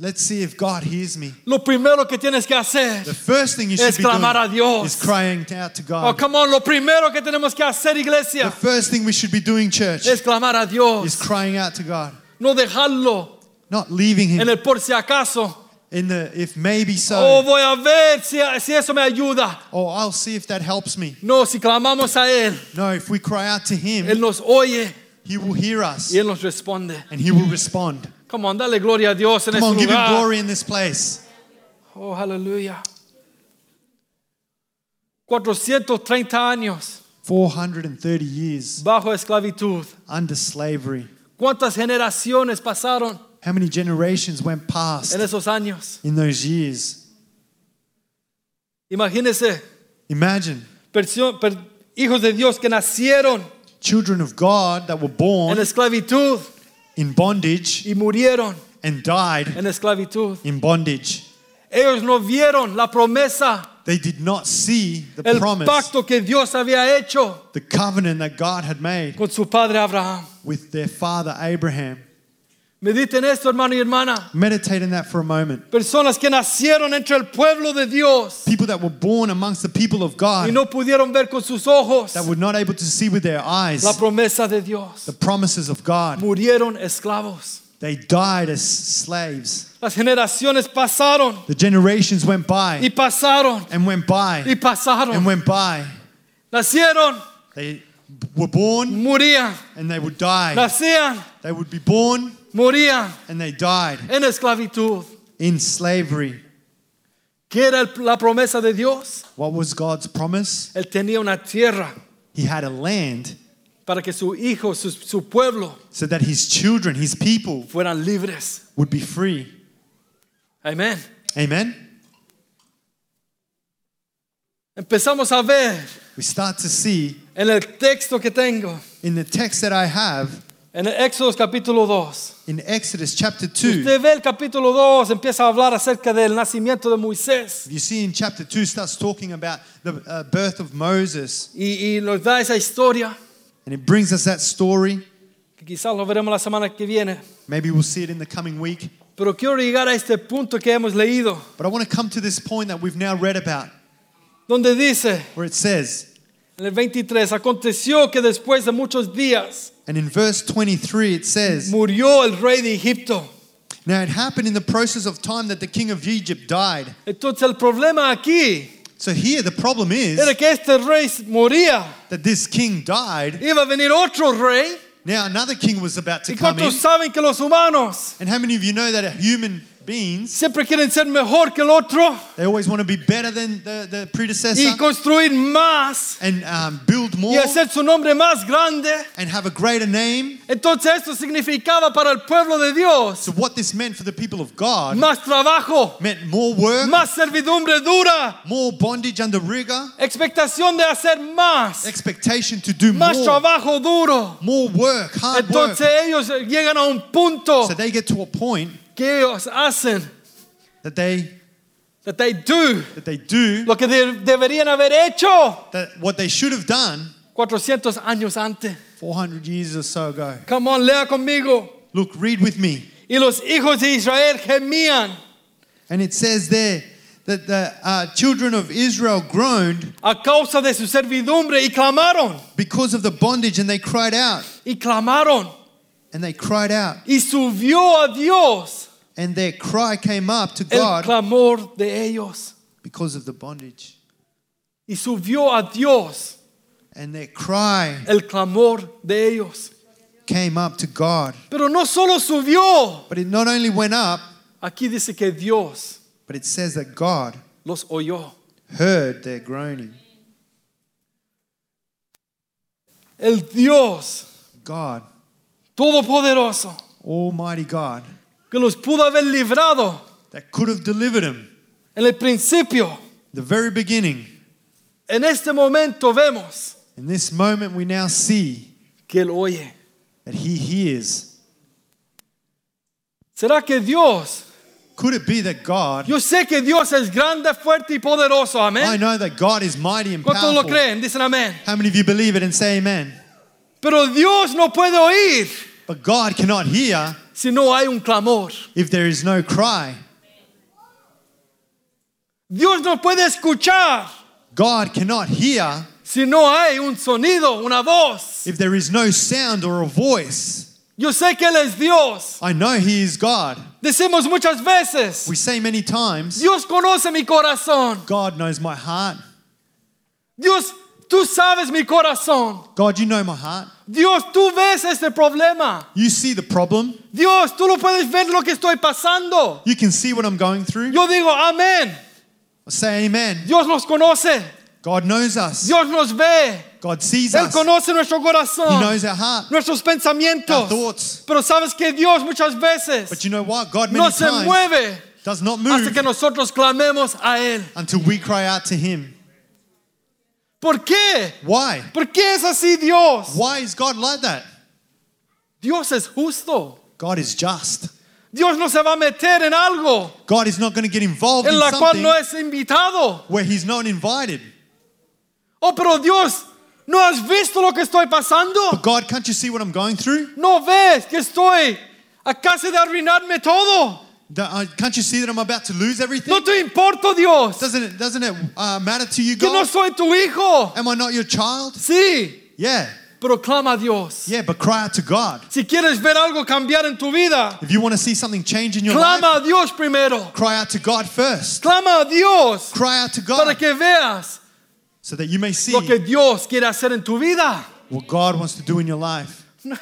S2: Let's see if God hears me.
S1: Lo primero que tienes que hacer,
S2: The first thing you
S1: Es
S2: should be
S1: clamar a
S2: doing
S1: Dios.
S2: is crying out to
S1: oh
S2: God.
S1: come on, lo primero que tenemos que hacer,
S2: The
S1: iglesia,
S2: first thing we should be doing, church,
S1: es clamar a
S2: is
S1: Dios,
S2: crying out to God.
S1: no dejarlo
S2: Not leaving
S1: en
S2: him
S1: el por si acaso.
S2: in the if maybe
S1: Oh,
S2: so,
S1: voy a ver si, si eso me ayuda.
S2: or I'll see if that helps me.
S1: No, si clamamos a Él,
S2: No, if we cry out to him,
S1: Él nos oye
S2: he will hear us.
S1: y Él nos responde.
S2: and he will respond.
S1: Come on, dale gloria a Dios en
S2: Come
S1: este
S2: on, give him
S1: lugar.
S2: glory in this place.
S1: Oh, aleluya. 430 años
S2: 430 years
S1: bajo esclavitud.
S2: under slavery.
S1: ¿Cuántas generaciones pasaron
S2: How many generations went past
S1: en esos años?
S2: in those years?
S1: Imagínense,
S2: Imagine
S1: persio- per- hijos de Dios que nacieron
S2: children of God that were
S1: en
S2: born
S1: esclavitud
S2: in bondage
S1: y murieron
S2: and died
S1: en esclavitud.
S2: in bondage.
S1: Ellos no vieron la promesa,
S2: They did not see the
S1: el
S2: promise,
S1: pacto que Dios había hecho
S2: the covenant that God had made
S1: con su padre Abraham.
S2: with their father Abraham.
S1: Mediten esto, hermano y hermana.
S2: Meditate on that for a moment.
S1: Personas que nacieron entre el pueblo de Dios
S2: People that were born amongst the people of
S1: y
S2: God
S1: no pudieron ver con sus ojos
S2: that were not able to see with their eyes
S1: la
S2: the
S1: promesa de Dios.
S2: promises of God.
S1: Murieron esclavos.
S2: They died as slaves.
S1: Las generaciones pasaron
S2: The generations went
S1: y
S2: by
S1: pasaron
S2: and went
S1: y
S2: by and
S1: pasaron.
S2: went by.
S1: Nacieron,
S2: They b- were born
S1: morían.
S2: and they would die.
S1: Nacían,
S2: They would be born
S1: morían
S2: and they died
S1: en esclavitud.
S2: in slavery.
S1: ¿Qué era el- la promesa de Dios?
S2: What was God's promise?
S1: Él tenía una tierra
S2: He had a land
S1: para que su hijo, su, su pueblo,
S2: so that his children, his people,
S1: fueran libres.
S2: would be free.
S1: Amén.
S2: Amen?
S1: Empezamos a ver
S2: We start to see
S1: en el texto que tengo,
S2: in the text that I have
S1: en En el Éxodo capítulo 2.
S2: In Exodus chapter 2,
S1: Usted ve el capítulo 2, empieza a hablar acerca del nacimiento de Moisés.
S2: you see in chapter 2 starts talking about the uh, birth of Moses
S1: Y, y nos da esa historia,
S2: and it brings us that story.
S1: que quizás lo veremos la semana que viene.
S2: Maybe we'll see it in the coming week.
S1: Pero quiero llegar a este punto que hemos leído,
S2: But I want to come to this point that we've now read about
S1: donde dice
S2: where it says,
S1: en el 23, aconteció que después de muchos días
S2: and in verse 23 it says,
S1: murió el rey de Egipto.
S2: Now it happened in the process of time that the king of Egypt died.
S1: Entonces el problema aquí
S2: So here the problem is
S1: era que este rey moría.
S2: that this king died.
S1: Iba a venir otro rey.
S2: Now another king was about to
S1: ¿Y
S2: come in.
S1: cuántos saben que los humanos
S2: And how many of you know that human beings,
S1: siempre quieren ser mejor que el otro
S2: they always want to be better than the, the predecessor
S1: y construir más
S2: and um, build
S1: y
S2: more
S1: hacer su nombre más grande?
S2: and have a greater name?
S1: Entonces esto significaba para el pueblo de Dios
S2: So what this meant for the people of God
S1: más trabajo,
S2: meant more work,
S1: más servidumbre dura,
S2: more bondage under rigor,
S1: expectación de hacer más,
S2: expectation to do
S1: más
S2: more,
S1: trabajo duro.
S2: more work, hard work.
S1: Entonces ellos llegan a un punto
S2: So they get to a point
S1: que ellos hacen
S2: that they
S1: that they do
S2: that they do
S1: lo que de- deberían haber hecho
S2: that what they should have done
S1: 400 años antes.
S2: 400 years or so ago.
S1: Come on, lea conmigo.
S2: Look, read with me.
S1: Y los hijos de Israel gemían
S2: And it says there that the uh, children of Israel groaned
S1: a causa de su servidumbre y clamaron,
S2: because of the bondage and they cried out
S1: y clamaron,
S2: and they cried out
S1: y subió a Dios
S2: and their cry came up to
S1: el
S2: God
S1: clamor de ellos,
S2: because of the bondage
S1: y subió a Dios
S2: and their cry
S1: el clamor de ellos.
S2: came up to God
S1: Pero no solo subió,
S2: but it not only went up
S1: aquí dice que Dios
S2: but it says that God
S1: los oyó.
S2: heard their groaning
S1: El Dios
S2: God
S1: todopoderoso
S2: almighty God
S1: que los pudo haber librado
S2: that could have delivered them
S1: en el principio.
S2: the very beginning
S1: En este momento vemos
S2: in this moment we now see
S1: que él oye.
S2: that he hears
S1: ¿Será que Dios
S2: could it be that God
S1: Yo sé que Dios es grande, fuerte y poderoso.
S2: I
S1: Amén.
S2: know that God is mighty and
S1: ¿Cuántos lo
S2: powerful
S1: creen? Dicen amén.
S2: how many of you believe it and say amen
S1: Pero Dios no puede oír
S2: but God cannot hear
S1: si no hay un clamor.
S2: if there is no cry.
S1: Dios no puede escuchar
S2: God cannot hear
S1: si no hay un sonido, una voz.
S2: if there is no sound or a voice.
S1: Yo sé que Él es Dios.
S2: I know He is God.
S1: Decimos muchas veces,
S2: We say many times,
S1: Dios conoce mi corazón.
S2: God knows my heart.
S1: Dios, tú sabes mi corazón.
S2: God, you know my heart.
S1: Dios, tú ves este problema.
S2: You see the problem.
S1: Dios, tú lo puedes ver lo que estoy pasando.
S2: You can see what I'm going through.
S1: Yo digo, amén.
S2: I say amen.
S1: Dios los conoce.
S2: God knows us.
S1: Dios nos ve.
S2: God sees
S1: Él
S2: us. He
S1: conoce nuestro corazón,
S2: knows our heart,
S1: nuestros
S2: our
S1: pensamientos.
S2: thoughts.
S1: Pero sabes que Dios muchas veces
S2: But you know what? God many
S1: no se
S2: times Mmm.
S1: mueve
S2: does not
S1: hasta
S2: move
S1: que nosotros clamemos a Él.
S2: until we cry out to Him.
S1: ¿Por qué?
S2: Why?
S1: ¿Por qué es así Dios?
S2: Why is God like that?
S1: Dios es justo.
S2: God is just.
S1: Dios no se va a meter en algo
S2: God is not going to get involved
S1: en
S2: in
S1: la cual
S2: something
S1: no es invitado.
S2: where He's not invited.
S1: Oh, pero Dios, ¿no has visto lo que estoy pasando?
S2: But God, can't you see what I'm going through?
S1: ¿No ves que estoy a casi de arruinarme todo?
S2: Da- uh, Can't you see that I'm about to lose everything?
S1: ¿No te importa, Dios?
S2: Doesn't it, doesn't it uh, matter to you,
S1: ¿Que no
S2: God?
S1: soy tu hijo?
S2: Am I not your child?
S1: Sí,
S2: Yeah,
S1: Pero clama a Dios.
S2: yeah, but cry out to God.
S1: Si quieres ver algo cambiar en tu vida,
S2: If you want to see something change in your life,
S1: clama a Dios primero.
S2: cry out to God first.
S1: Clama a Dios
S2: Cry out to
S1: para
S2: God
S1: que veas
S2: so that you may see
S1: lo que Dios quiere hacer en tu vida.
S2: what God wants to do in your life.
S1: No,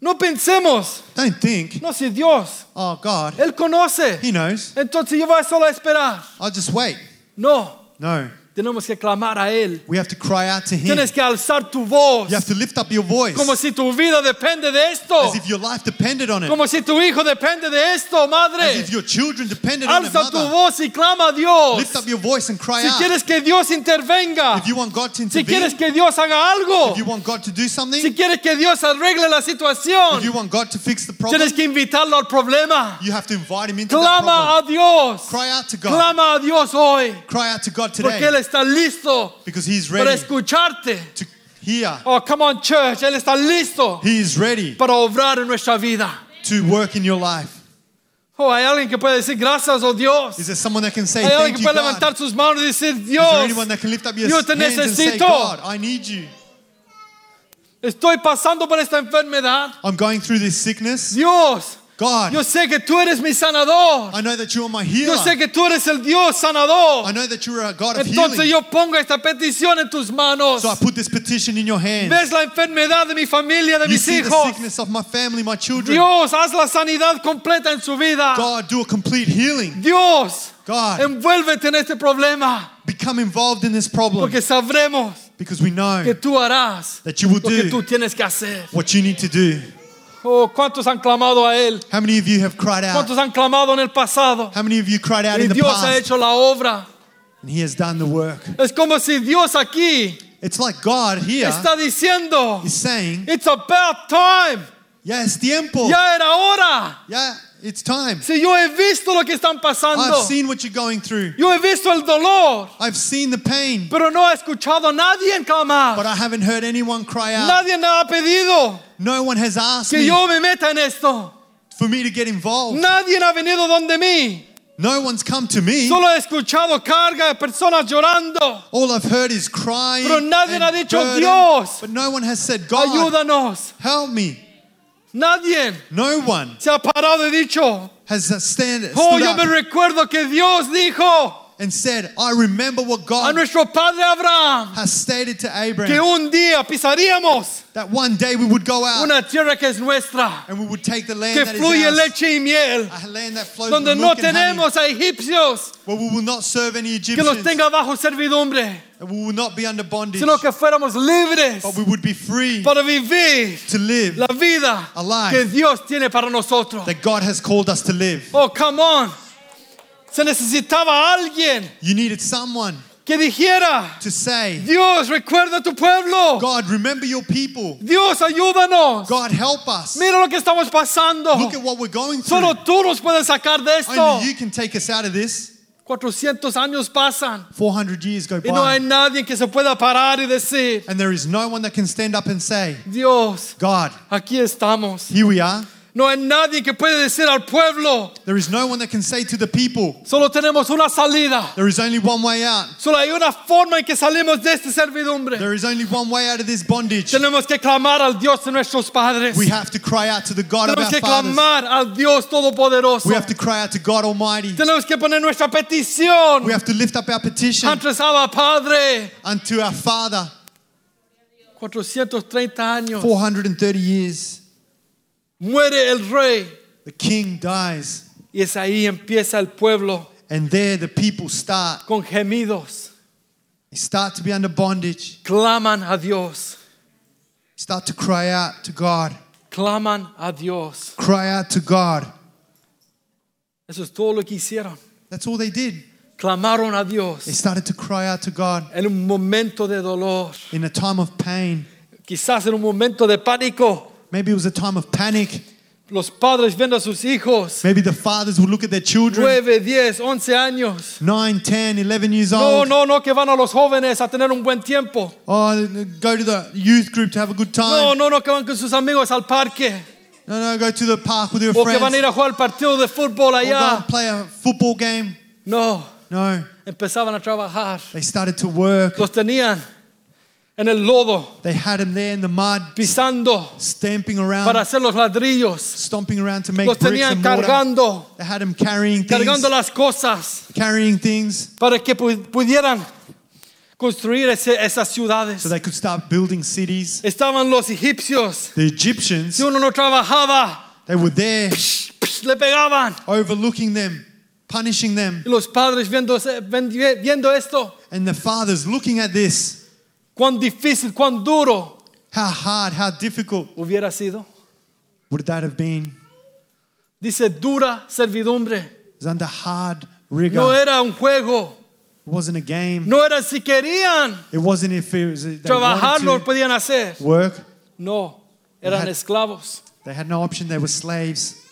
S1: no pensemos,
S2: Don't think,
S1: no, si Dios,
S2: oh, God,
S1: Él conoce,
S2: He knows.
S1: entonces yo voy solo a esperar.
S2: I'll just wait.
S1: No,
S2: No,
S1: tenemos que clamar a Él.
S2: We have to cry out to Him.
S1: Tienes que alzar tu voz.
S2: You have to lift up your voice
S1: Como si tu vida depende de esto.
S2: as if your life depended on it,
S1: Como si tu hijo depende de esto,
S2: as
S1: madre.
S2: if your children depended on it.
S1: Alza tu
S2: Mother,
S1: voz y clama a Dios.
S2: lift up your voice and cry
S1: Si
S2: out.
S1: quieres que Dios intervenga.
S2: If you want God to
S1: Si
S2: intervene,
S1: quieres que Dios haga algo.
S2: if you want God to do something,
S1: Si quieres que Dios arregle la
S2: if you
S1: situación.
S2: want God to fix the problem,
S1: Tienes que invitarlo al problema.
S2: you have to invite Him into that
S1: Clama
S2: problem.
S1: a Dios.
S2: Cry out to God.
S1: Clama a Dios hoy.
S2: Cry out to God
S1: Porque
S2: today
S1: Él está listo
S2: because He's
S1: para
S2: ready
S1: escucharte.
S2: to hear.
S1: Oh, come on, church. Él está listo
S2: He is ready
S1: para obrar en nuestra vida.
S2: to work in your life.
S1: Oh, hay alguien que puede decir gracias, oh Dios.
S2: Is there someone that can say,
S1: Hay alguien
S2: Thank
S1: que
S2: you,
S1: puede
S2: God?
S1: levantar sus manos y decir,
S2: Is there
S1: Dios,
S2: anyone that can lift up your
S1: Yo te
S2: hands and say,
S1: necesito.
S2: God, I need you.
S1: estoy pasando por esta enfermedad.
S2: I'm going through this sickness.
S1: Dios,
S2: God,
S1: yo sé que tú eres mi sanador.
S2: I know that you are my healer.
S1: Yo sé que tú eres el Dios
S2: I
S1: sanador.
S2: know that you are a God of
S1: Entonces
S2: healing.
S1: yo pongo esta petición en tus manos.
S2: So I put this petition in your hand.
S1: Ves la enfermedad de mi familia, de
S2: You
S1: mis
S2: see the
S1: hijos.
S2: sickness of my family, my children.
S1: Dios, haz la sanidad completa en su vida.
S2: God, do a complete healing.
S1: Dios,
S2: God,
S1: envuélvete en este problema.
S2: become involved in this problem
S1: Porque sabremos
S2: because we know
S1: que tú harás
S2: that you will
S1: lo que tú
S2: do
S1: tienes que hacer.
S2: what you need to do.
S1: Oh, ¿cuántos han clamado a Él?
S2: How many of you have cried out?
S1: ¿Cuántos han clamado en el pasado?
S2: How many of you cried out
S1: Y
S2: in the
S1: Dios ha
S2: past
S1: hecho la obra.
S2: and He has done the work?
S1: Es como si Dios aquí
S2: It's like God here
S1: está diciendo,
S2: is saying,
S1: it's about time.
S2: Ya es tiempo.
S1: Ya era hora.
S2: Yeah, it's time.
S1: Si yo he visto lo que están
S2: I've
S1: pasando,
S2: seen what you're going through.
S1: yo he visto el dolor,
S2: I've seen the pain,
S1: pero no he escuchado a nadie
S2: but
S1: clamar.
S2: I haven't heard anyone cry out.
S1: Nadie me ha pedido
S2: No one has asked
S1: que
S2: me
S1: yo me meta en esto.
S2: for me to get involved.
S1: Nadie ha venido donde mí.
S2: No one's come to me.
S1: Solo he escuchado carga de personas llorando.
S2: All I've heard is crying.
S1: Pero nadie
S2: and
S1: ha dicho,
S2: burden,
S1: "Dios,
S2: But no one has said, God,
S1: Ayúdanos.
S2: help me.
S1: Nadie
S2: No one
S1: se ha parado y dicho,
S2: has uh, stand, stood
S1: oh, yo
S2: up
S1: me recuerdo que Dios dijo
S2: and said, I remember what
S1: a
S2: God
S1: nuestro padre Abraham
S2: has stated to
S1: que
S2: Abraham
S1: un día pisaríamos
S2: that one day we would go out
S1: una tierra que es nuestra,
S2: and we would take the land
S1: que
S2: Ah. that is
S1: fluye
S2: ours,
S1: leche y miel,
S2: a land that flows
S1: donde
S2: with
S1: no
S2: milk and honey,
S1: tenemos a egipcios
S2: where we will not serve any
S1: que los
S2: Egyptians,
S1: tenga bajo servidumbre,
S2: and we will not be under bondage,
S1: sino que fuéramos libres
S2: but we would be free
S1: para vivir
S2: to live
S1: la vida
S2: A life.
S1: que Dios tiene para nosotros.
S2: that God has called us to live.
S1: Oh, come on. Se necesitaba alguien
S2: You needed someone
S1: que dijera,
S2: to say,
S1: Dios, recuerda a tu pueblo.
S2: God, remember your people.
S1: Dios, ayúdanos.
S2: God, help us.
S1: Mira lo que estamos pasando.
S2: Look at what we're going through.
S1: Solo tú nos puedes sacar de esto.
S2: Only you can take us out of this.
S1: 400 años pasan
S2: 400 years go by,
S1: y no hay nadie que se pueda parar y decir,
S2: and there is no one that can stand up and say,
S1: Dios,
S2: God,
S1: aquí estamos.
S2: here we are.
S1: No hay nadie que puede decir al pueblo,
S2: There is no one that can say to the people,
S1: solo tenemos una salida.
S2: there is only one way out.
S1: Solo hay una forma en que salimos de esta servidumbre.
S2: There is only one way out of this bondage.
S1: Tenemos que clamar al Dios de nuestros padres.
S2: We have to cry out to the God of
S1: Tenemos
S2: our
S1: que
S2: fathers.
S1: clamar al Dios Todopoderoso.
S2: We have to cry out to God Almighty.
S1: Tenemos que poner nuestra petición
S2: We have to lift up our petition
S1: antes Abba Padre.
S2: unto our Father.
S1: 430 años.
S2: 430 years,
S1: Muere el rey.
S2: the king dies,
S1: Y es ahí empieza el pueblo
S2: and there the people start.
S1: con gemidos.
S2: They start to be under bondage,
S1: Claman a Dios.
S2: start to cry out to God,
S1: Claman a Dios.
S2: cry out to God.
S1: Eso es todo lo que hicieron.
S2: That's all they did.
S1: Clamaron a
S2: They
S1: Dios
S2: started to cry out to God
S1: en un momento de dolor.
S2: in a time of pain.
S1: Quizás en un momento de pánico.
S2: Maybe it was a time of panic.
S1: Los padres viendo a sus hijos.
S2: Maybe the fathers would look at their children,
S1: 9, 10, 11 años.
S2: 9, 10, 11 years
S1: No,
S2: old.
S1: no, no, que van a los jóvenes a tener un buen tiempo.
S2: Oh, go to the youth group to have a good
S1: No,
S2: time.
S1: no, no, que van con sus amigos al parque.
S2: No, no, go to the park with your
S1: O que van a ir
S2: friends.
S1: a jugar al partido de fútbol
S2: Or go and
S1: allá.
S2: play a football game.
S1: No,
S2: No,
S1: empezaban a trabajar.
S2: they started to work.
S1: Los tenían en el lodo,
S2: They had him there in the mud,
S1: pisando
S2: stamping around,
S1: para hacer los ladrillos.
S2: stomping around to make
S1: Los
S2: bricks
S1: tenían
S2: and mortar.
S1: cargando,
S2: They had him carrying things,
S1: cargando las cosas
S2: carrying things,
S1: para que pu- pudieran construir ese- esas
S2: so
S1: ciudades.
S2: they could start building cities.
S1: Estaban los egipcios.
S2: The Egyptians,
S1: Si uno no trabajaba,
S2: they were there,
S1: le pegaban.
S2: overlooking them, punishing them,
S1: Y los padres viendo, viendo esto,
S2: And the father's looking at this.
S1: cuán difícil, cuán duro
S2: How hard, how difficult
S1: hubiera sido.
S2: would that have been?
S1: Dice dura servidumbre.
S2: It was under hard rigor.
S1: No eh. era un juego.
S2: it wasn't a game.
S1: No era si querían
S2: It wasn't if it was. They
S1: trabajar, lo
S2: wanted
S1: podían hacer.
S2: to work.
S1: No, eran
S2: Had-
S1: esclavos.
S2: They had no option. They were slaves.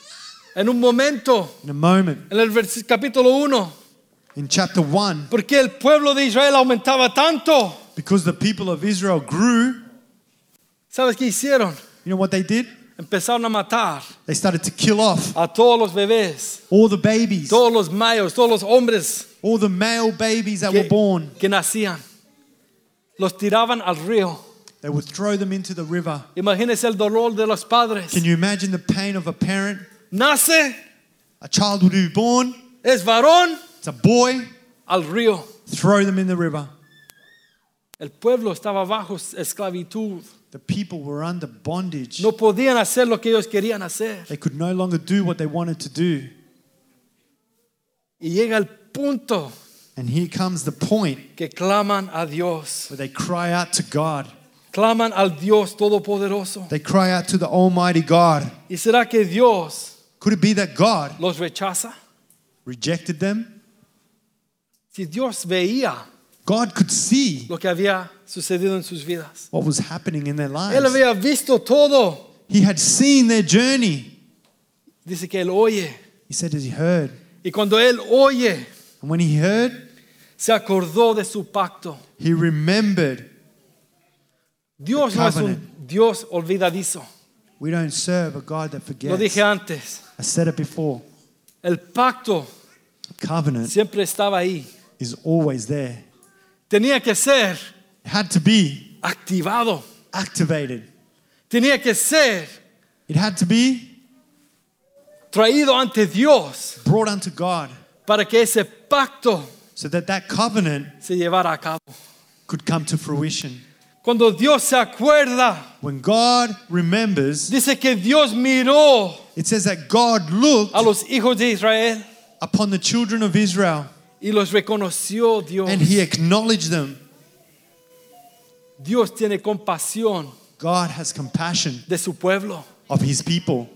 S1: En un momento,
S2: In a moment,
S1: en el vers- capítulo 1,
S2: in chapter 1,
S1: porque el pueblo de Israel aumentaba tanto,
S2: because the people of Israel grew,
S1: ¿sabes qué hicieron?
S2: you know what they did?
S1: Empezaron a matar
S2: They started to kill off
S1: a todos los bebés,
S2: all the babies,
S1: todos los mayos, todos los hombres
S2: all the male babies that were
S1: que,
S2: born.
S1: que nacían. Los tiraban al río.
S2: They would throw them into the river.
S1: Imagínense el dolor de los padres.
S2: Can you imagine the pain of a parent?
S1: Nace,
S2: A child would be born,
S1: es varón,
S2: it's a boy,
S1: al río.
S2: throw them in the river.
S1: El pueblo estaba bajo esclavitud.
S2: The people were under bondage.
S1: No podían hacer lo que ellos querían hacer.
S2: They could no longer do what they wanted to do.
S1: Y llega el punto
S2: And here comes the point
S1: que claman a Dios.
S2: where they cry out to God.
S1: Claman al Dios Todopoderoso.
S2: They cry out to the Almighty God.
S1: ¿Y será que Dios
S2: Could it be that God
S1: los rechaza?
S2: rejected them?
S1: Si Dios veía
S2: God could see
S1: lo que había sucedido en sus vidas.
S2: what was happening in their
S1: Él
S2: lives.
S1: había visto todo.
S2: He had seen their journey.
S1: Dice que él oye.
S2: He said, as he heard.
S1: Y cuando él oye,
S2: And when he heard,
S1: se acordó de su pacto.
S2: he remembered.
S1: Dios
S2: The
S1: no es un
S2: covenant.
S1: Dios olvidadizo.
S2: We don't serve a God that
S1: Lo dije
S2: forgets.
S1: antes.
S2: I said it before.
S1: El pacto
S2: Covenant
S1: siempre estaba ahí.
S2: is always there.
S1: Tenía que ser
S2: It had to be
S1: activado.
S2: activated.
S1: Tenía que ser
S2: It had to be
S1: traído ante Dios
S2: brought unto God
S1: para que ese pacto
S2: so that that covenant
S1: se llevara a cabo.
S2: could come to fruition.
S1: Cuando Dios se acuerda,
S2: When God remembers,
S1: dice que Dios miró
S2: it says that God looked
S1: a los hijos de Israel
S2: upon the children of Israel
S1: y los reconoció Dios.
S2: and he acknowledged them.
S1: Dios tiene compasión
S2: God has compassion
S1: de su pueblo.
S2: of his people.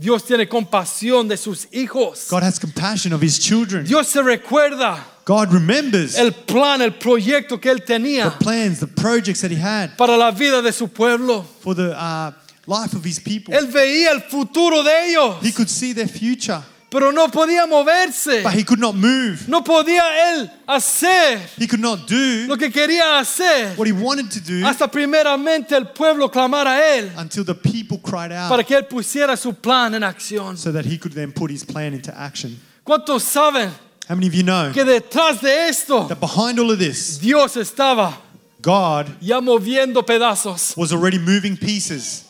S1: Dios tiene compasión de sus hijos.
S2: God has compassion of his children.
S1: Dios se recuerda
S2: God remembers
S1: el plan, el proyecto que él
S2: the
S1: tenía
S2: plans, the projects that he had
S1: para la vida de su pueblo.
S2: for the uh, life of his people.
S1: Él veía el futuro de ellos,
S2: He could see their future,
S1: pero no podía moverse.
S2: but he could not move.
S1: No podía él hacer
S2: He could not do
S1: lo que quería hacer
S2: what he wanted to do
S1: hasta primeramente el pueblo clamar a él
S2: until the people cried
S1: para
S2: out
S1: que él pusiera su plan en acción.
S2: so that he could then put his plan into action.
S1: ¿Cuántos saben
S2: How many of you know
S1: que detrás de esto
S2: that behind all of this,
S1: Dios estaba
S2: God
S1: ya moviendo pedazos?
S2: was already moving pieces?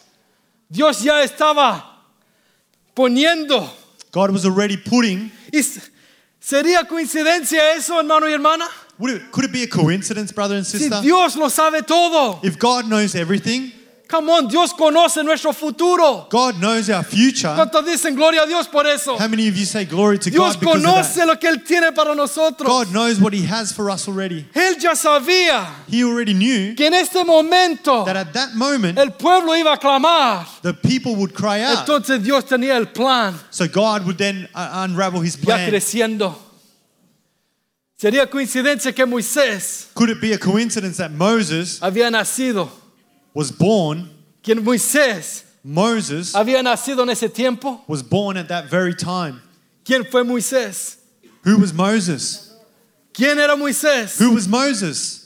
S1: Dios ya estaba poniendo.
S2: God was already putting.
S1: Y s- ¿Sería coincidencia eso, hermano y hermana?
S2: Would it, could it be a coincidence, brother and
S1: Si
S2: sister?
S1: Dios lo sabe todo.
S2: If God knows everything,
S1: Come on, Dios conoce nuestro futuro.
S2: God knows our future.
S1: ¿Cuántos dicen gloria a Dios por eso?
S2: How many of you say glory to
S1: Dios
S2: God because of that?
S1: conoce lo que Él tiene para nosotros.
S2: God knows what He has for us already.
S1: Él ya sabía
S2: He already knew
S1: que en este momento
S2: that at that moment
S1: el pueblo iba a clamar.
S2: the people would cry out.
S1: Entonces Dios tenía el plan
S2: So God would then uh, unravel His
S1: ya
S2: plan.
S1: creciendo. Sería coincidencia que Moisés
S2: Could it be a coincidence that Moses
S1: había nacido.
S2: was born?
S1: Que Moisés
S2: Moses
S1: había nacido en ese tiempo.
S2: was born at that very time.
S1: ¿Quién fue Moisés?
S2: Who was Moses?
S1: ¿Quién era Moisés?
S2: Who was Moses?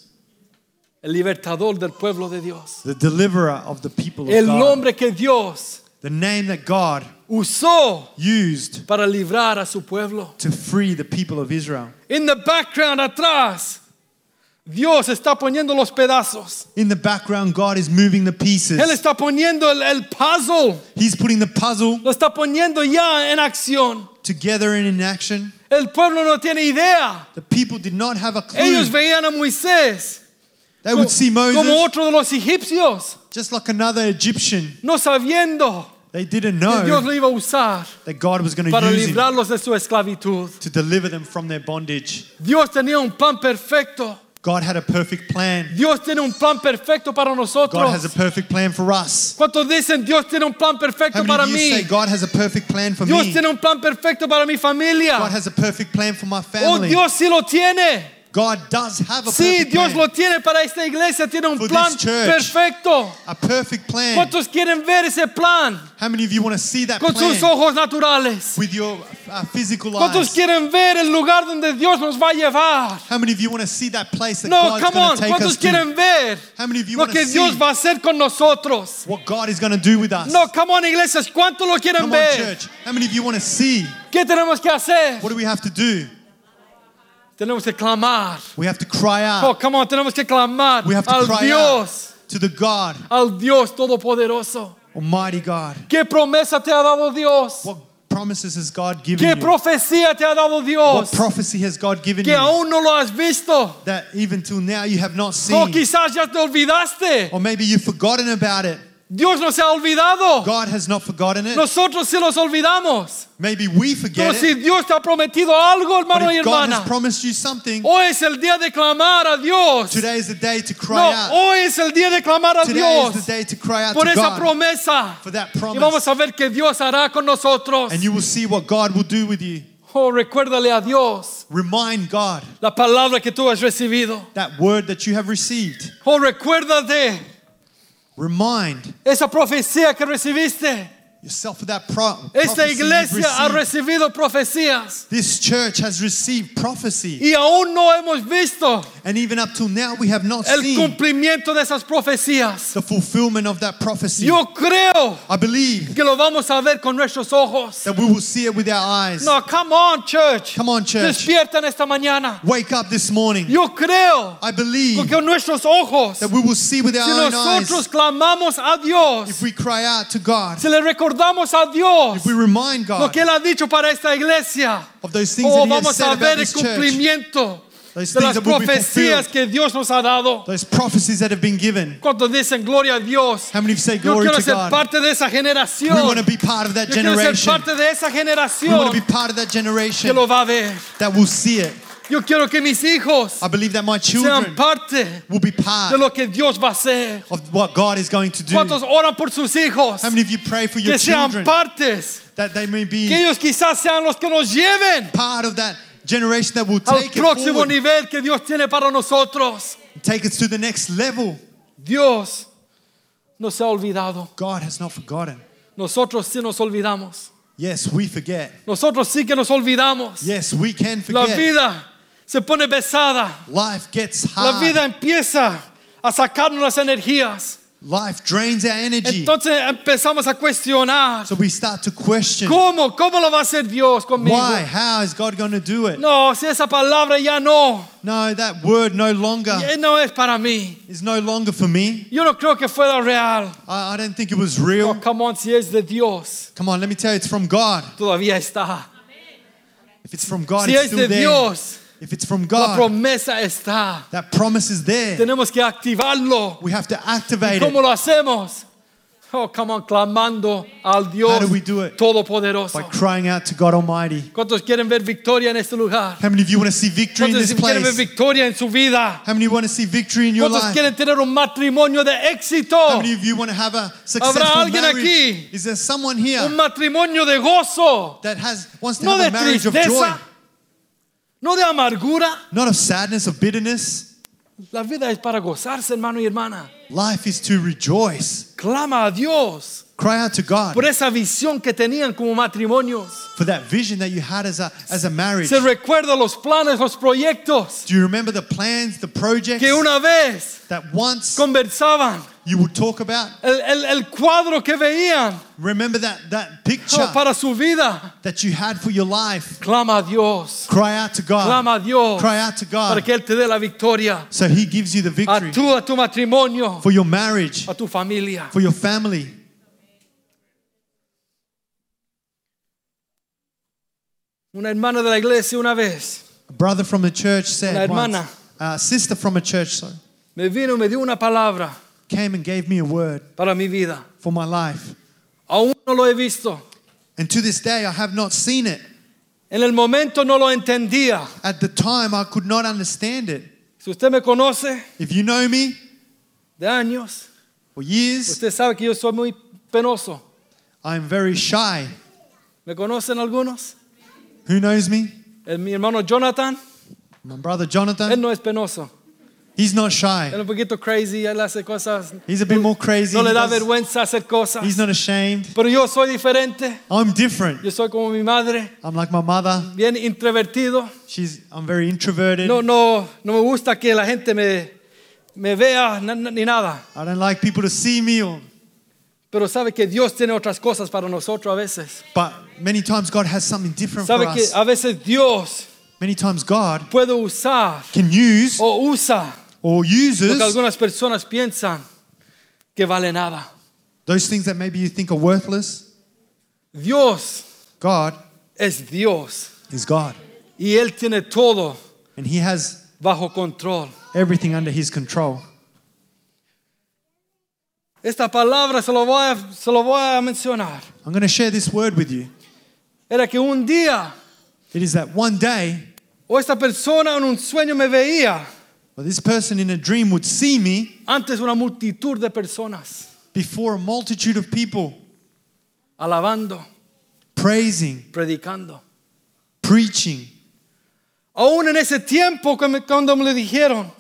S1: El libertador del pueblo de Dios.
S2: The deliverer of the people of
S1: El
S2: Oh, God.
S1: nombre que Dios
S2: The name that God
S1: usó
S2: used
S1: para librar a su pueblo.
S2: to free the people of Israel.
S1: In the background atrás, Dios está poniendo los pedazos.
S2: In the background, God is moving the
S1: Él
S2: pieces.
S1: está poniendo el, el puzzle.
S2: He's putting the puzzle
S1: Lo está poniendo ya en acción.
S2: together and in action.
S1: El pueblo no tiene idea.
S2: The people did not have a clue.
S1: Ellos veían a Moisés
S2: They
S1: co-
S2: would see
S1: como
S2: Moses
S1: otro de los egipcios,
S2: just like another Egyptian.
S1: no sabiendo
S2: They They didn't
S1: que Dios
S2: know
S1: lo iba a usar
S2: that God was going to
S1: para
S2: use him
S1: librarlos de su esclavitud.
S2: to deliver them from their bondage.
S1: Dios tenía un plan perfecto.
S2: God had a perfect plan.
S1: Dios tiene un plan perfecto para
S2: God has a
S1: nosotros.
S2: perfect plan for us.
S1: ¿Cuántos dicen Dios tiene un plan
S2: How
S1: perfecto
S2: many
S1: para
S2: of you say
S1: mí?
S2: God has a perfect plan for
S1: Dios
S2: me?
S1: tiene un plan perfecto para mi
S2: God
S1: familia.
S2: has a perfect plan for my
S1: Oh,
S2: family.
S1: Dios sí lo tiene.
S2: God does have a
S1: Sí,
S2: perfect
S1: Dios
S2: plan.
S1: lo tiene para esta iglesia. Tiene un
S2: For
S1: plan
S2: this church.
S1: perfecto.
S2: A perfect plan.
S1: ¿Cuántos quieren ver ese plan
S2: How many of you want to see that
S1: con sus
S2: plan
S1: ojos naturales?
S2: with your uh, physical
S1: ¿Cuántos
S2: eyes?
S1: quieren ver el lugar donde Dios nos va a llevar?
S2: How many of you want to see that place that
S1: No,
S2: God's
S1: come
S2: going
S1: on.
S2: to take us
S1: ¿Cuántos
S2: to?
S1: quieren ver
S2: How many of you
S1: lo
S2: want
S1: que
S2: to
S1: Dios
S2: see
S1: va a hacer con nosotros?
S2: what God is going to do with us?
S1: No, come on, iglesias. ¿Cuánto lo quieren
S2: Come on,
S1: ver?
S2: church. How many of you want to see?
S1: ¿Qué tenemos que hacer?
S2: What do we have to do?
S1: Tenemos que clamar.
S2: We have to cry
S1: Oh,
S2: out
S1: come on, tenemos que clamar
S2: We have to
S1: al
S2: cry
S1: Dios,
S2: to the God,
S1: al Dios Todopoderoso.
S2: Almighty God.
S1: ¿Qué promesa te ha dado Dios?
S2: What promises has God given
S1: ¿Qué
S2: you?
S1: profecía te ha dado
S2: What
S1: Dios?
S2: prophecy has God given
S1: Que
S2: you
S1: aún no lo has visto.
S2: that even till now you have not
S1: O
S2: seen?
S1: quizás ya te olvidaste.
S2: Or maybe you've forgotten about it.
S1: Dios no se ha olvidado.
S2: God has not forgotten it.
S1: Nosotros sí los olvidamos.
S2: Maybe we
S1: Pero
S2: forget
S1: si
S2: it.
S1: Dios te ha prometido algo, hermano
S2: But
S1: y
S2: if God has
S1: hermana,
S2: promised you something,
S1: hoy es el día de clamar a Dios.
S2: today is the day to
S1: No,
S2: cry out.
S1: hoy es el día de clamar a
S2: Today is
S1: Dios
S2: the day to cry out
S1: por
S2: to
S1: esa
S2: God
S1: promesa.
S2: for that
S1: Y vamos
S2: promise.
S1: a ver qué Dios hará con nosotros.
S2: And you will see what God will do with you.
S1: Oh, recuérdale a Dios
S2: Remind God
S1: la palabra que tú has recibido.
S2: that word that you have received.
S1: Oh, recuérdate
S2: Remind
S1: esa profecía que recibiste.
S2: yourself of that pro-
S1: Esta
S2: prophecy you've
S1: iglesia ha
S2: received.
S1: recibido profecías
S2: This church has received prophecy,
S1: y aún no hemos visto
S2: and even up till now, we have not
S1: el
S2: seen
S1: cumplimiento de esas profecías.
S2: the fulfillment of that prophecy.
S1: Yo creo
S2: I believe
S1: que lo vamos a ver con nuestros ojos.
S2: that we will see it with our eyes.
S1: No, come on, church.
S2: Come on, church.
S1: Despierta en esta mañana.
S2: Wake up this morning.
S1: Yo creo que
S2: I believe
S1: con nuestros ojos,
S2: that we will see with
S1: si
S2: our own
S1: nosotros
S2: eyes
S1: clamamos a Dios,
S2: if we cry out to God,
S1: si le recordamos a Dios
S2: if we remind
S1: lo
S2: God
S1: que Él ha dicho para esta iglesia,
S2: of those things
S1: oh,
S2: that He has
S1: vamos a
S2: said about
S1: ver el
S2: this church,
S1: cumplimiento
S2: Those
S1: de las
S2: things that will be
S1: profecías
S2: fulfilled.
S1: que Dios nos ha dado.
S2: those prophecies that have been given.
S1: Cuando dicen gloria a Dios,
S2: How many of you say
S1: yo
S2: glory
S1: quiero
S2: to
S1: ser
S2: God?
S1: parte de esa
S2: We want to
S1: generación.
S2: be part of that
S1: Yo quiero ser
S2: generation.
S1: parte de esa
S2: We want to
S1: generación
S2: be part of that
S1: que
S2: generation
S1: lo va a ver.
S2: that will see it.
S1: Yo quiero que mis hijos
S2: I believe that my
S1: sean
S2: children
S1: parte
S2: will be
S1: de
S2: part
S1: lo que Dios va a hacer.
S2: of what God is going to do.
S1: ¿Cuántos oran por sus hijos?
S2: How many of you pray for your
S1: Que sean
S2: children
S1: partes.
S2: that they may
S1: Que
S2: be
S1: ellos quizás sean los que nos lleven
S2: part of that generation that will
S1: al
S2: take it
S1: próximo
S2: forward,
S1: nivel que Dios tiene para nosotros.
S2: take us to the next level?
S1: Dios nos ha olvidado.
S2: God has not forgotten.
S1: Nosotros sí nos olvidamos.
S2: Yes, we forget.
S1: Nosotros sí que nos olvidamos.
S2: Yes, we can
S1: La
S2: forget.
S1: vida se pone pesada.
S2: Life gets
S1: La vida
S2: hard.
S1: empieza a sacarnos las energías.
S2: Life drains our energy.
S1: Entonces empezamos a cuestionar.
S2: So we start to question
S1: ¿Cómo? ¿Cómo lo va a hacer Dios conmigo?
S2: why, how is God going to do it?
S1: No, si esa palabra ya no,
S2: No, that word no longer
S1: ya no es para mí.
S2: is no longer for me.
S1: Yo no creo que fuera real.
S2: I, I didn't think it was
S1: No,
S2: real.
S1: come on, si es de Dios,
S2: Come on, let me tell you, it's from God.
S1: todavía está.
S2: If it's from God,
S1: Si
S2: it's
S1: es
S2: still
S1: de
S2: there.
S1: Dios,
S2: If it's from
S1: la
S2: God,
S1: promesa está.
S2: that promise is there.
S1: Tenemos que activarlo.
S2: We have to activate
S1: ¿Cómo
S2: it.
S1: lo hacemos? Oh, come on, clamando al Dios
S2: How do we do it?
S1: Todopoderoso.
S2: By crying out to God Almighty.
S1: ¿Cuántos quieren ver victoria en este lugar?
S2: How many of you want to see victory in
S1: ¿Cuántos
S2: this
S1: quieren ver
S2: place?
S1: victoria en su vida?
S2: How many want to see victory in your
S1: ¿Cuántos
S2: life?
S1: quieren tener un matrimonio de éxito?
S2: How many of you want to have a successful
S1: alguien
S2: marriage?
S1: aquí?
S2: Is there someone
S1: Un
S2: here
S1: matrimonio de gozo,
S2: that has wants to
S1: no
S2: have
S1: de
S2: a marriage of joy,
S1: tristeza, no de amargura.
S2: not of sadness, of bitterness?
S1: La vida es para gozarse, hermano y hermana.
S2: Life is to rejoice.
S1: Clama a Dios.
S2: Cry out to God
S1: por esa visión que tenían como matrimonios.
S2: for that vision that you had as a as a marriage.
S1: Se recuerda los planes, los proyectos
S2: Do you remember the plans, the projects
S1: que una vez
S2: that once
S1: conversaban,
S2: you would talk about?
S1: el, el- el cuadro que veían
S2: Remember that that picture
S1: oh, para su vida.
S2: that you had for your life.
S1: Clama a Dios,
S2: Cry out to God.
S1: clama a Dios
S2: Cry out to
S1: para
S2: God.
S1: que Él te dé la victoria
S2: So He gives you the
S1: a
S2: victory
S1: tú, a tu matrimonio,
S2: for your marriage,
S1: a tu familia.
S2: for your family.
S1: Una hermana de la iglesia una vez
S2: A brother from the
S1: Una
S2: church said,
S1: hermana.
S2: once, a sister from a church, sorry,
S1: me vino y me dio una palabra
S2: came and gave me a word
S1: para mi vida.
S2: for my life.
S1: Aún no lo he visto.
S2: And to this day, I have not seen it.
S1: En el momento no lo entendía.
S2: At the time, I could not understand it.
S1: Si usted me conoce
S2: If you know me
S1: de años,
S2: for years,
S1: usted sabe que yo soy muy penoso.
S2: I am very shy.
S1: ¿Me conocen algunos?
S2: Who knows me?
S1: El- mi hermano Jonathan,
S2: My brother
S1: él
S2: Jonathan,
S1: no es penoso.
S2: he's not
S1: Él
S2: shy.
S1: es un poquito crazy, él hace cosas.
S2: He's a bit more crazy.
S1: No
S2: He
S1: le da
S2: does-
S1: vergüenza hacer cosas.
S2: he's not ashamed.
S1: Pero yo soy diferente.
S2: I'm different.
S1: Yo soy como mi madre,
S2: I'm like my mother.
S1: bien introvertido.
S2: She's, I'm very introverted.
S1: No, no, no me gusta que la gente me, me vea na- na- ni nada.
S2: I don't like people to see me. Or,
S1: Pero sabe que Dios tiene otras cosas para nosotros a veces.
S2: but many times God has something different for
S1: Sabe que
S2: us.
S1: a veces Dios
S2: Many times God
S1: puede usar
S2: can use
S1: o usa lo
S2: or
S1: que
S2: uses
S1: algunas personas piensan que vale nada.
S2: those things that maybe you think are worthless.
S1: Dios
S2: God
S1: es Dios
S2: is God.
S1: y Él tiene todo
S2: And He has
S1: bajo control.
S2: everything under His control.
S1: Esta palabra se lo voy a, se lo voy a mencionar.
S2: I'm going to share this word with you.
S1: Era que un día
S2: It is that one day,
S1: o esta persona en un sueño me veía
S2: well, this person in a dream would see me
S1: antes una multitud de personas
S2: before a multitude of people,
S1: alabando,
S2: praising,
S1: predicando.
S2: preaching.
S1: Aún en ese tiempo que me- cuando me lo dijeron,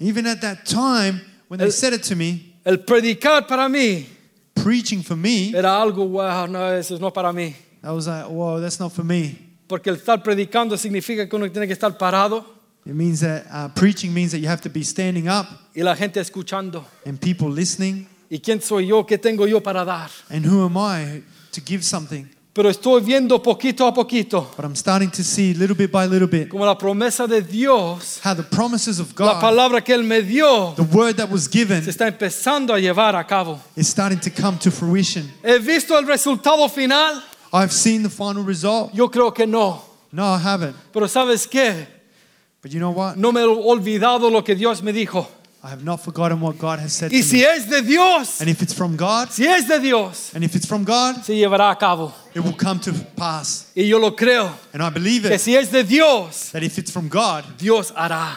S2: Even at that time, when they said it to me,
S1: el predicar para mí
S2: preaching for me,
S1: era algo, wow, no, eso no es para mí.
S2: I was like, whoa, that's not for me.
S1: Porque el estar predicando significa que uno tiene que estar parado
S2: It means that uh, preaching means that you have to be standing up
S1: y la gente escuchando.
S2: and people listening.
S1: ¿Y quién soy yo? ¿Qué tengo yo para dar?
S2: And who am I to give something?
S1: Pero estoy viendo poquito a poquito
S2: But I'm starting to see little bit by little bit
S1: como la promesa de Dios,
S2: how the promises of
S1: la
S2: God,
S1: palabra que Él me dio,
S2: the word that was given,
S1: se está empezando a llevar a cabo.
S2: is starting to come to fruition.
S1: ¿He visto el resultado final?
S2: I've seen the final result.
S1: Yo creo que no.
S2: No, I haven't.
S1: Pero ¿sabes qué?
S2: But you know what?
S1: No me he olvidado lo que Dios me dijo.
S2: I have not forgotten what God has said
S1: Y
S2: to
S1: si
S2: me.
S1: es de Dios,
S2: And if it's from God,
S1: si es de Dios,
S2: and if it's from God,
S1: se llevará a cabo.
S2: it will come to pass.
S1: Y yo lo creo,
S2: And I believe
S1: que
S2: it
S1: si es de Dios,
S2: that if it's from God,
S1: Dios hará.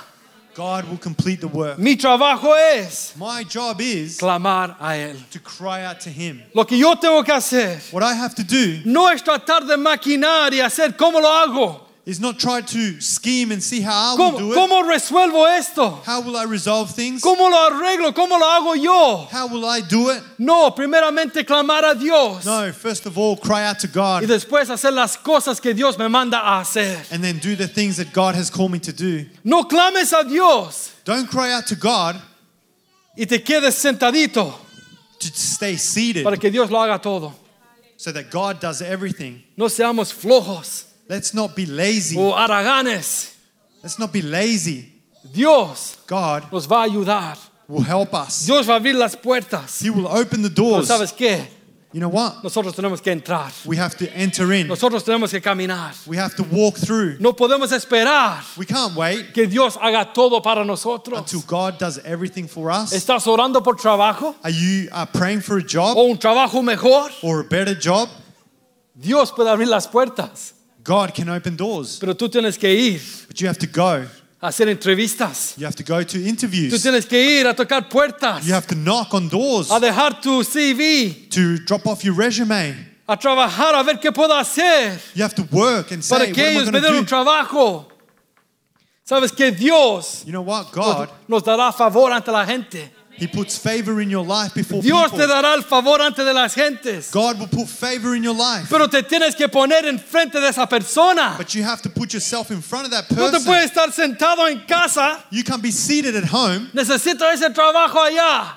S2: God will complete the work.
S1: Mi trabajo es
S2: My job is
S1: clamar a Él.
S2: to cry out to Him.
S1: Lo que yo tengo que hacer
S2: What I have to do
S1: no es tratar de maquinar y hacer cómo lo hago,
S2: is not try to scheme and see how I will
S1: cómo,
S2: do it.
S1: cómo resuelvo esto,
S2: How will I resolve things?
S1: cómo lo arreglo, cómo lo hago yo.
S2: How will I do it?
S1: No, primeramente clamar a Dios
S2: No, first of all, cry out to
S1: y
S2: God
S1: después hacer las cosas que Dios me manda a hacer.
S2: and then do the things that God has called me to do.
S1: No clames a Dios
S2: Don't cry out to God
S1: y te quedes sentadito
S2: to stay seated
S1: para que Dios lo haga todo.
S2: so that God does everything.
S1: No seamos flojos
S2: Let's not be lazy.
S1: o haraganes.
S2: Let's not be lazy.
S1: Dios
S2: God
S1: nos va a ayudar.
S2: will help us.
S1: Dios va a abrir las puertas.
S2: He will open the
S1: Pero
S2: doors.
S1: ¿sabes qué?
S2: You know what?
S1: Nosotros tenemos que entrar.
S2: We have to enter in.
S1: Nosotros tenemos que caminar.
S2: We have to walk through.
S1: No podemos esperar
S2: We can't wait
S1: que Dios haga todo para nosotros.
S2: until God does everything for us.
S1: ¿Estás orando por trabajo
S2: Are you uh, praying for
S1: o
S2: a job
S1: un trabajo mejor?
S2: or a better job?
S1: Dios puede abrir las puertas,
S2: God can open doors,
S1: pero tú tienes que ir
S2: but you have to go.
S1: a hacer entrevistas.
S2: You have to go to
S1: Tú
S2: interviews.
S1: tienes que ir a tocar puertas,
S2: You have to knock on doors
S1: a dejar tu CV,
S2: to drop off your resume.
S1: a trabajar a ver qué puedo hacer
S2: You have to work and say,
S1: para
S2: what
S1: que
S2: am I
S1: ellos me
S2: going
S1: den
S2: to
S1: un
S2: do?
S1: trabajo. Sabes que Dios
S2: You know what? God,
S1: nos dará favor ante la gente.
S2: He puts favor in your life before
S1: Dios te
S2: people.
S1: dará el favor ante de las gentes.
S2: God will put favor in your life.
S1: Pero te tienes que poner enfrente de esa persona.
S2: But you have to put yourself in front of that
S1: No te
S2: person.
S1: puedes estar sentado en casa.
S2: You can't be seated at home.
S1: Necesito ese trabajo allá.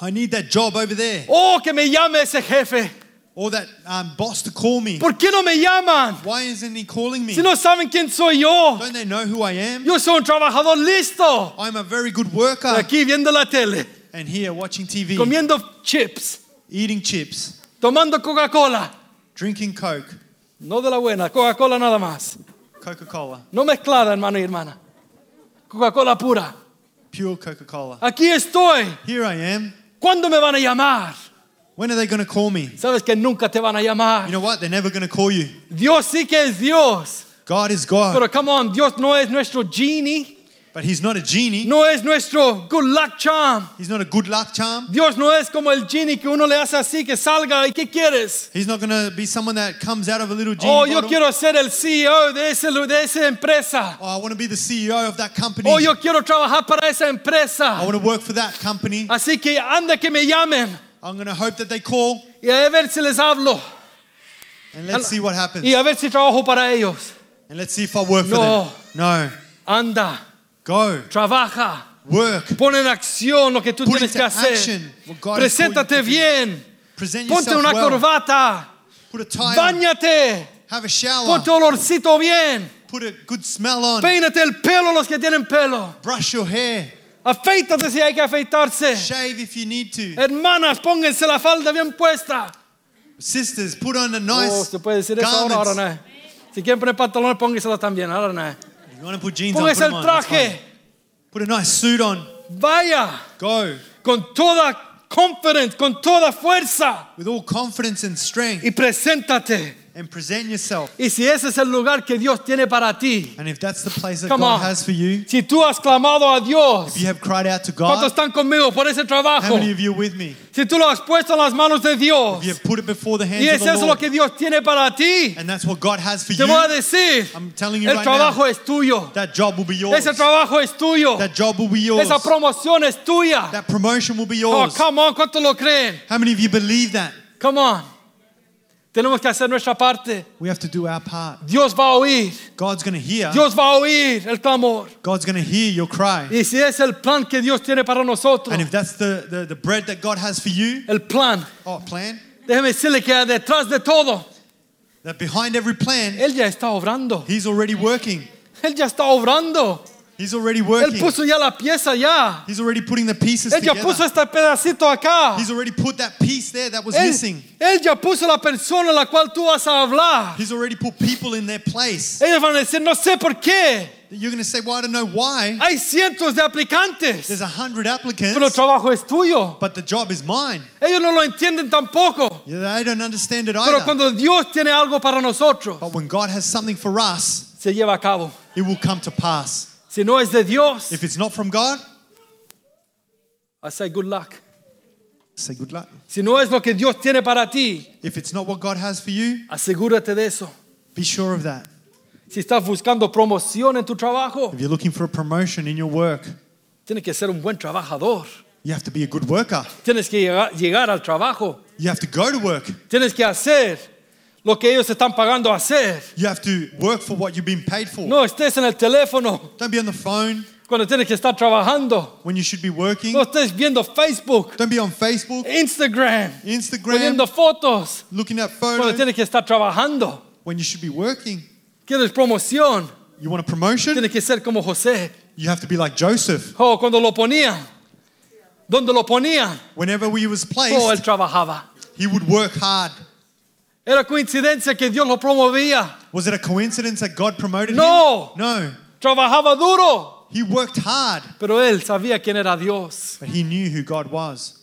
S2: I need that job over there
S1: Oh, que me llame ese jefe.
S2: or that um, boss to call me.
S1: ¿Por qué no me llaman?
S2: Why isn't he calling me?
S1: Si no saben quién soy yo.
S2: Don't they know who I am?
S1: Yo soy un trabajador listo.
S2: I'm a very good worker.
S1: Aquí viendo la tele,
S2: And here watching TV,
S1: comiendo chips,
S2: eating chips,
S1: tomando Coca-Cola.
S2: drinking Coke,
S1: No de la buena, Coca-Cola nada más.
S2: Coca Cola,
S1: No mezclada, hermano y hermana. Coca-Cola pura.
S2: pure Coca Cola.
S1: Aquí estoy.
S2: Here I am.
S1: ¿Cuándo me van a llamar?
S2: When are they going to call me?
S1: Sabes que nunca te van a
S2: You
S1: llamar.
S2: know what? They're never going to call you.
S1: Dios sí que es Dios.
S2: God is God,
S1: Pero come on, Dios no es nuestro genie.
S2: but He's not a genie.
S1: No es nuestro good luck charm.
S2: He's not a good luck charm.
S1: Dios no es como el genie que uno le hace así que salga y ¿qué quieres?
S2: He's not going to be someone that comes out of a little genie
S1: Oh, yo
S2: bottle.
S1: quiero ser el CEO de, ese, lu- de esa empresa.
S2: Oh, I want to be the CEO of that company.
S1: Oh, yo quiero trabajar para esa
S2: I
S1: empresa.
S2: want to work for that company.
S1: Así que anda que me llamen
S2: I'm going to hope that they call
S1: y a ver si les hablo
S2: and let's see what happens.
S1: y a ver si trabajo para ellos.
S2: And let's see if I work for
S1: No.
S2: them. No.
S1: Anda,
S2: Go.
S1: trabaja,
S2: Work.
S1: pon en acción lo que tú
S2: Put
S1: tienes que
S2: into
S1: hacer.
S2: action what God has called you
S1: Preséntate
S2: to do.
S1: bien,
S2: Present
S1: ponte
S2: yourself
S1: una
S2: well.
S1: corbata,
S2: Put a tie on.
S1: bañate,
S2: Have a shower.
S1: ponte olorcito bien,
S2: Put a good smell on.
S1: peínate el pelo los que tienen pelo,
S2: Brush your hair.
S1: afeítate si hay que afeitarse.
S2: Shave if you need to.
S1: Eh. Hermanas, pónganse la falda bien puesta.
S2: Sisters, put on a
S1: Oh,
S2: nice
S1: se puede decir eso ahora, ahora
S2: garments.
S1: no. Si quieren poner pantalones, pónganselo también, ahora no.
S2: If you want to put jeans on, put
S1: Póngase el
S2: them on. That's fine.
S1: traje,
S2: Put a nice suit on.
S1: vaya.
S2: Go.
S1: con toda confidence, con toda fuerza
S2: With all confidence and strength.
S1: y preséntate.
S2: And present yourself.
S1: Y si ese es el lugar que Dios tiene para ti,
S2: And if that's the place that
S1: Come
S2: God
S1: on.
S2: has for you,
S1: si tú has clamado a Dios,
S2: if you have cried out to
S1: ¿cuántos
S2: God,
S1: están conmigo por ese
S2: how
S1: trabajo?
S2: many of you are with me?
S1: Si tú lo has puesto en las manos de Dios
S2: If you have put it before the
S1: y
S2: hands of
S1: ese
S2: the
S1: es lo
S2: Lord,
S1: que Dios tiene para ti,
S2: and that's what God has for
S1: te voy a
S2: you,
S1: decir,
S2: I'm telling you
S1: el
S2: right now,
S1: trabajo es tuyo,
S2: that job will be yours.
S1: ese trabajo es tuyo,
S2: That job will be yours.
S1: esa promoción es tuya.
S2: That promotion will be
S1: Oh,
S2: yours.
S1: come on, ¿cuántos lo creen?
S2: How many of you believe that?
S1: Come on. Tenemos que hacer nuestra parte.
S2: We have to do our part.
S1: Dios va a oír.
S2: God's going to hear.
S1: Dios va a oír el clamor.
S2: God's going to hear your cry.
S1: Y si es el plan que Dios tiene para nosotros,
S2: And if that's the, the, the bread that God has for you,
S1: el plan,
S2: oh, plan,
S1: déjeme decirle que detrás de todo,
S2: that behind every plan,
S1: Él ya está obrando.
S2: He's already working.
S1: Él ya está obrando.
S2: He's already
S1: Él
S2: working.
S1: puso ya la pieza ya.
S2: He's already putting the pieces
S1: Él ya puso
S2: together.
S1: este pedacito acá.
S2: He's already put that piece there that was missing.
S1: Él, él ya puso la persona a la cual tú vas a hablar.
S2: He's already put people in their place.
S1: Ellos van a decir, no sé por qué.
S2: You're going to say, well, I don't know why.
S1: Hay cientos de aplicantes,
S2: There's a hundred
S1: pero el
S2: applicants,
S1: trabajo es tuyo.
S2: but the job is mine.
S1: Ellos no lo entienden tampoco.
S2: Yeah, They don't understand it
S1: Pero
S2: either.
S1: cuando Dios tiene algo para nosotros,
S2: But when God has something for us,
S1: se lleva a cabo.
S2: it will come to pass.
S1: Si no es de Dios,
S2: If it's not from God,
S1: I say good luck.
S2: say good luck.
S1: Si no es lo que Dios tiene para ti,
S2: If it's not what God has for you,
S1: asegúrate de eso.
S2: be sure of that.
S1: Si estás buscando promoción en tu trabajo,
S2: If you're looking for a promotion in your work,
S1: tienes que ser un buen trabajador.
S2: you have to be a good worker.
S1: Tienes que llegar, llegar al trabajo.
S2: You have to go to work.
S1: Tienes que hacer lo que ellos te están pagando a hacer.
S2: You have to work for what you've been paid for.
S1: No estés en el teléfono
S2: Don't be on the phone
S1: cuando tienes que estar trabajando.
S2: when you should be working.
S1: No estés viendo Facebook,
S2: Don't be on Facebook,
S1: Instagram,
S2: Instagram,
S1: poniendo fotos
S2: looking at
S1: cuando
S2: photos
S1: tienes que estar trabajando.
S2: when you should be working.
S1: Quieres promoción,
S2: You want a promotion?
S1: tienes que ser como José.
S2: You have to be like Joseph.
S1: Oh, cuando lo ponía, donde lo ponía,
S2: Whenever he was
S1: Oh, él
S2: placed,
S1: trabajaba.
S2: he would work hard.
S1: Era coincidencia que Dios lo promovía.
S2: Was it a coincidence that God promoted
S1: No.
S2: him? No.
S1: Trabajaba duro,
S2: He worked hard,
S1: pero él sabía quién era Dios.
S2: but he knew who God was.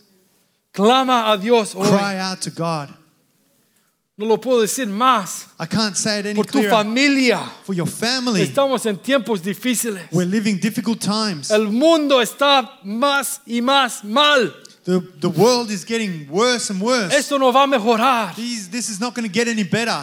S1: Clama a Dios hoy.
S2: Cry out to God.
S1: No lo puedo decir más.
S2: I can't say it any
S1: Por tu
S2: clearer.
S1: familia.
S2: For your family,
S1: Estamos en tiempos difíciles.
S2: we're living difficult times.
S1: El mundo está más y más mal.
S2: The, the world is getting worse and worse.
S1: Esto no va a mejorar.
S2: These, this is not going to get any better.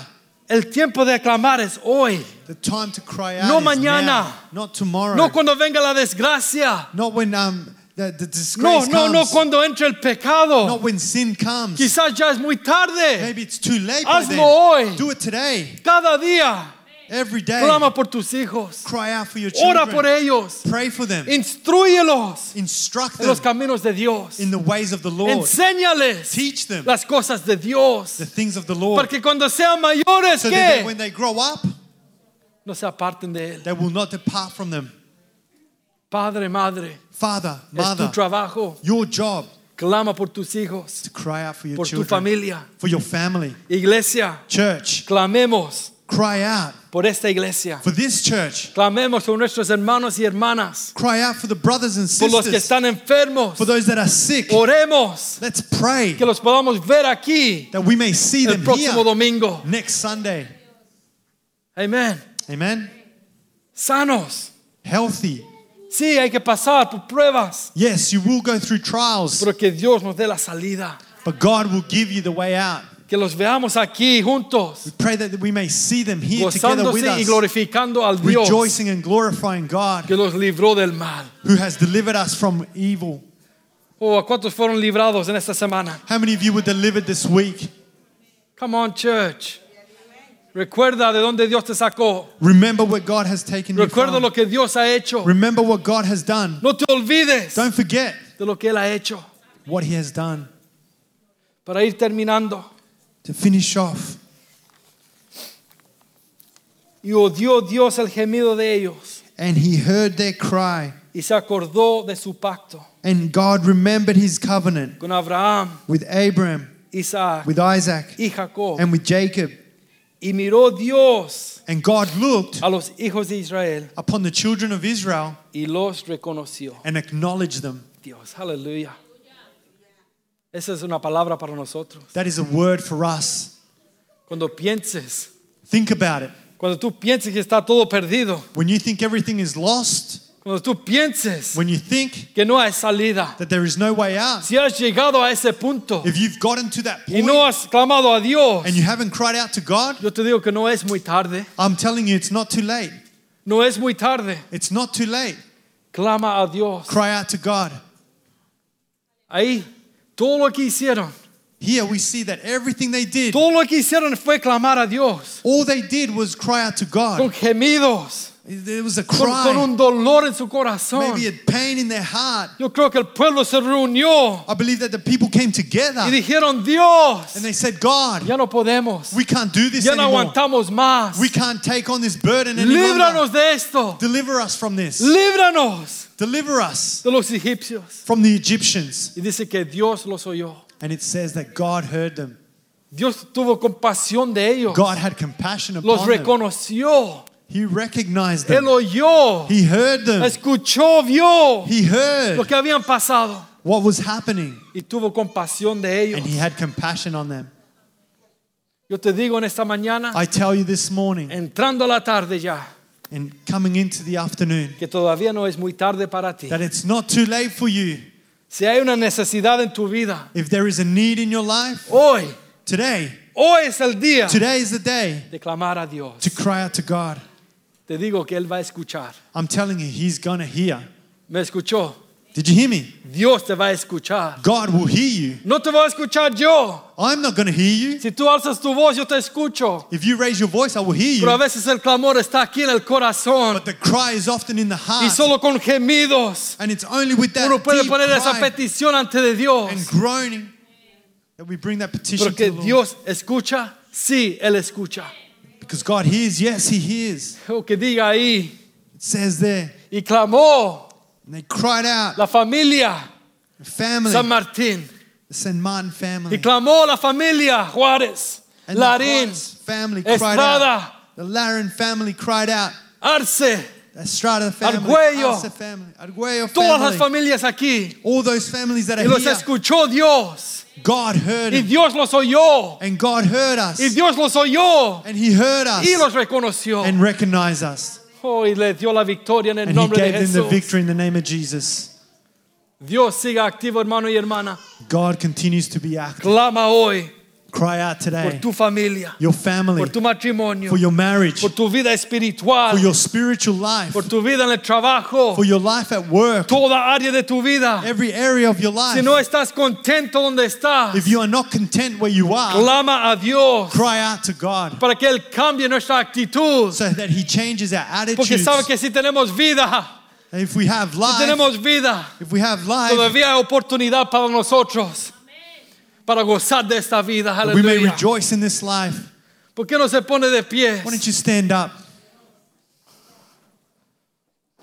S1: El tiempo de aclamar es hoy.
S2: The time to cry out
S1: No
S2: is
S1: mañana.
S2: now, not tomorrow.
S1: No cuando venga la desgracia.
S2: not when um, the,
S1: No,
S2: the disgrace
S1: no, no
S2: comes.
S1: cuando entre el pecado.
S2: not when sin comes.
S1: Quizás ya es muy tarde.
S2: Maybe it's too late by
S1: Hazlo
S2: then.
S1: hoy.
S2: Do it today.
S1: Cada día
S2: Every day.
S1: clama por tus hijos.
S2: Cry out for your
S1: Ora
S2: children.
S1: por ellos.
S2: Pray for them.
S1: Instruyelos
S2: Instruct
S1: en los
S2: them
S1: caminos de Dios.
S2: in the ways of the Lord.
S1: Enséñales
S2: Teach them
S1: las cosas de
S2: the
S1: Dios.
S2: things of the Lord.
S1: Para que cuando sean mayores,
S2: So that they-
S1: que
S2: when they grow up,
S1: no se aparten de Él.
S2: they will not depart from them.
S1: Padre, madre,
S2: Father,
S1: es tu
S2: mother,
S1: trabajo.
S2: your job
S1: Clama por tus hijos,
S2: to cry out for your
S1: por tu
S2: children,
S1: familia.
S2: for your family.
S1: Iglesia,
S2: Church,
S1: clamemos
S2: cry out
S1: por esta iglesia.
S2: for this church.
S1: Clamemos por nuestros hermanos y hermanas,
S2: Cry out for the brothers and
S1: por los que
S2: sisters,
S1: están enfermos.
S2: for those that are sick.
S1: Oremos
S2: Let's pray
S1: que los podamos ver aquí
S2: that we may see
S1: el
S2: them
S1: próximo
S2: here
S1: domingo.
S2: next Sunday.
S1: Amén.
S2: Amen.
S1: Sanos.
S2: Healthy.
S1: Sí, hay que pasar por pruebas,
S2: Yes, you will go through trials,
S1: pero que Dios nos dé la salida.
S2: but God will give you the way out.
S1: Que los veamos aquí juntos,
S2: Pray that we may see them here together with
S1: gozándose y
S2: us,
S1: glorificando al Dios
S2: rejoicing and glorifying God
S1: que los libró del mal.
S2: who has delivered us from evil.
S1: Oh, ¿a cuántos fueron librados en esta semana?
S2: How many of you were delivered this week?
S1: Come on, church. Recuerda de dónde Dios te sacó.
S2: Remember where God has taken you
S1: Recuerda lo
S2: from.
S1: que Dios ha hecho.
S2: Remember what God has done.
S1: No te olvides
S2: Don't forget
S1: de lo que Él ha hecho.
S2: what He has done.
S1: Para ir terminando.
S2: To finish off,
S1: Y odió Dios el gemido de ellos
S2: and He heard their cry,
S1: y se acordó de su pacto
S2: and God remembered His covenant
S1: con Abraham,
S2: with Abraham,
S1: Isaac
S2: with Isaac,
S1: y Jacob.
S2: and with Jacob.
S1: Y miró Dios
S2: And God looked
S1: a los hijos de Israel
S2: upon the children of Israel
S1: y los reconoció.
S2: and acknowledged them.
S1: Dios, aleluya. Esa es una palabra para nosotros.
S2: That is a word for us.
S1: Cuando pienses,
S2: Think about it.
S1: cuando tú pienses que está todo perdido,
S2: When you think everything is lost,
S1: cuando tú pienses
S2: when you think
S1: que no hay salida,
S2: that there is no way out,
S1: si has llegado a ese punto
S2: if you've gotten to that
S1: y
S2: point
S1: no has clamado a Dios,
S2: and you haven't cried out to God,
S1: yo te digo que no es muy tarde.
S2: I'm telling you, it's not too late.
S1: No es muy tarde.
S2: It's not too late.
S1: Clama a Dios.
S2: Cry out to God.
S1: Ahí, todo lo que hicieron,
S2: Here we see that everything they did,
S1: todo lo que hicieron fue clamar a Dios.
S2: all they did was cry out to
S1: Con
S2: God.
S1: gemidos,
S2: There was a
S1: con, con
S2: cry,
S1: un dolor en su corazón.
S2: maybe a pain in their heart.
S1: Yo creo que el pueblo se reunió
S2: I believe that the people came
S1: y
S2: together
S1: dijeron, Dios,
S2: and they said, God,
S1: ya no podemos,
S2: we can't do this
S1: ya no
S2: anymore.
S1: aguantamos más.
S2: We can't take on this burden any longer.
S1: Líbranos de esto.
S2: Deliver us from this.
S1: Líbranos
S2: Deliver us
S1: de los egipcios.
S2: from the Egyptians.
S1: Y dice que Dios los oyó.
S2: And it says that God heard them.
S1: Dios tuvo compasión de ellos.
S2: God had compassion
S1: Los
S2: upon them.
S1: reconoció.
S2: He recognized
S1: Él
S2: them.
S1: oyó.
S2: He heard them.
S1: Escuchó, vio
S2: He
S1: lo
S2: heard
S1: que habían pasado.
S2: what was happening.
S1: Y tuvo compasión de ellos.
S2: And he had compassion on them.
S1: Yo te digo en esta mañana,
S2: I tell you this morning
S1: entrando a la tarde ya,
S2: and coming into the afternoon
S1: que todavía no es muy tarde para ti.
S2: that it's not too late for you.
S1: Si hay una necesidad en tu vida,
S2: If there is a need in your life,
S1: hoy,
S2: today,
S1: hoy es el día
S2: today is the day
S1: de clamar a Dios.
S2: to cry out to God.
S1: Te digo que Él va a escuchar.
S2: I'm telling you, he's going to hear.
S1: ¿Me escuchó?
S2: Did you hear me?
S1: Dios te va a escuchar.
S2: God will hear you.
S1: No te voy a escuchar yo.
S2: I'm not going to hear you.
S1: Si tú alzas tu voz, yo te escucho.
S2: If you raise your voice, I will hear
S1: Pero a
S2: you.
S1: veces el clamor está aquí en el corazón.
S2: But the cry is often in the
S1: Y
S2: heart.
S1: solo con gemidos
S2: And it's only with that
S1: uno puede
S2: deep
S1: poner esa
S2: cry
S1: petición ante de Dios.
S2: and groaning that we bring that petition
S1: Porque
S2: to the Lord.
S1: Dios escucha, sí, Él escucha.
S2: Because God hears. Yes, he hears.
S1: O que diga ahí,
S2: It says there.
S1: y clamó
S2: And they cried out.
S1: la familia
S2: Family.
S1: San Martín,
S2: the San Martin
S1: y
S2: family.
S1: clamó la familia Juárez,
S2: And the
S1: Larín,
S2: Juarez family cried
S1: Estrada,
S2: out. The Larin family cried out.
S1: Arce,
S2: The Estrada family.
S1: Argüello.
S2: Arce family. Arguello
S1: todas las
S2: family.
S1: familias aquí.
S2: All those families that are
S1: Y los
S2: here.
S1: escuchó Dios,
S2: God heard
S1: y
S2: it.
S1: Dios los oyó,
S2: And God heard us.
S1: y Dios los oyó,
S2: And he heard us
S1: y los reconoció.
S2: and recognized us.
S1: Oh, y le dio la victoria en el
S2: And he
S1: nombre de
S2: gave them the
S1: Jesús.
S2: victory in the name of Jesus.
S1: Dios siga activo, hermano y hermana.
S2: God continues to be active.
S1: Clama hoy
S2: Cry out
S1: por
S2: today.
S1: tu familia,
S2: Your family,
S1: por tu matrimonio,
S2: for your marriage,
S1: por
S2: for
S1: tu vida espiritual,
S2: your spiritual life,
S1: por tu vida en el trabajo,
S2: for your life at work,
S1: toda área de tu vida.
S2: every area of your life.
S1: Si no estás contento donde estás,
S2: If you are not content where you are,
S1: clama a Dios
S2: cry out to God
S1: para que Él cambie nuestra actitud.
S2: so that he changes our
S1: Porque
S2: attitudes.
S1: sabe que si tenemos vida,
S2: And If we have
S1: si
S2: life,
S1: tenemos vida,
S2: if we have life,
S1: todavía hay oportunidad para nosotros para gozar de esta vida.
S2: we may
S1: Aleluya.
S2: rejoice in this life.
S1: ¿Por qué no se pone de pie?
S2: Why don't you stand up?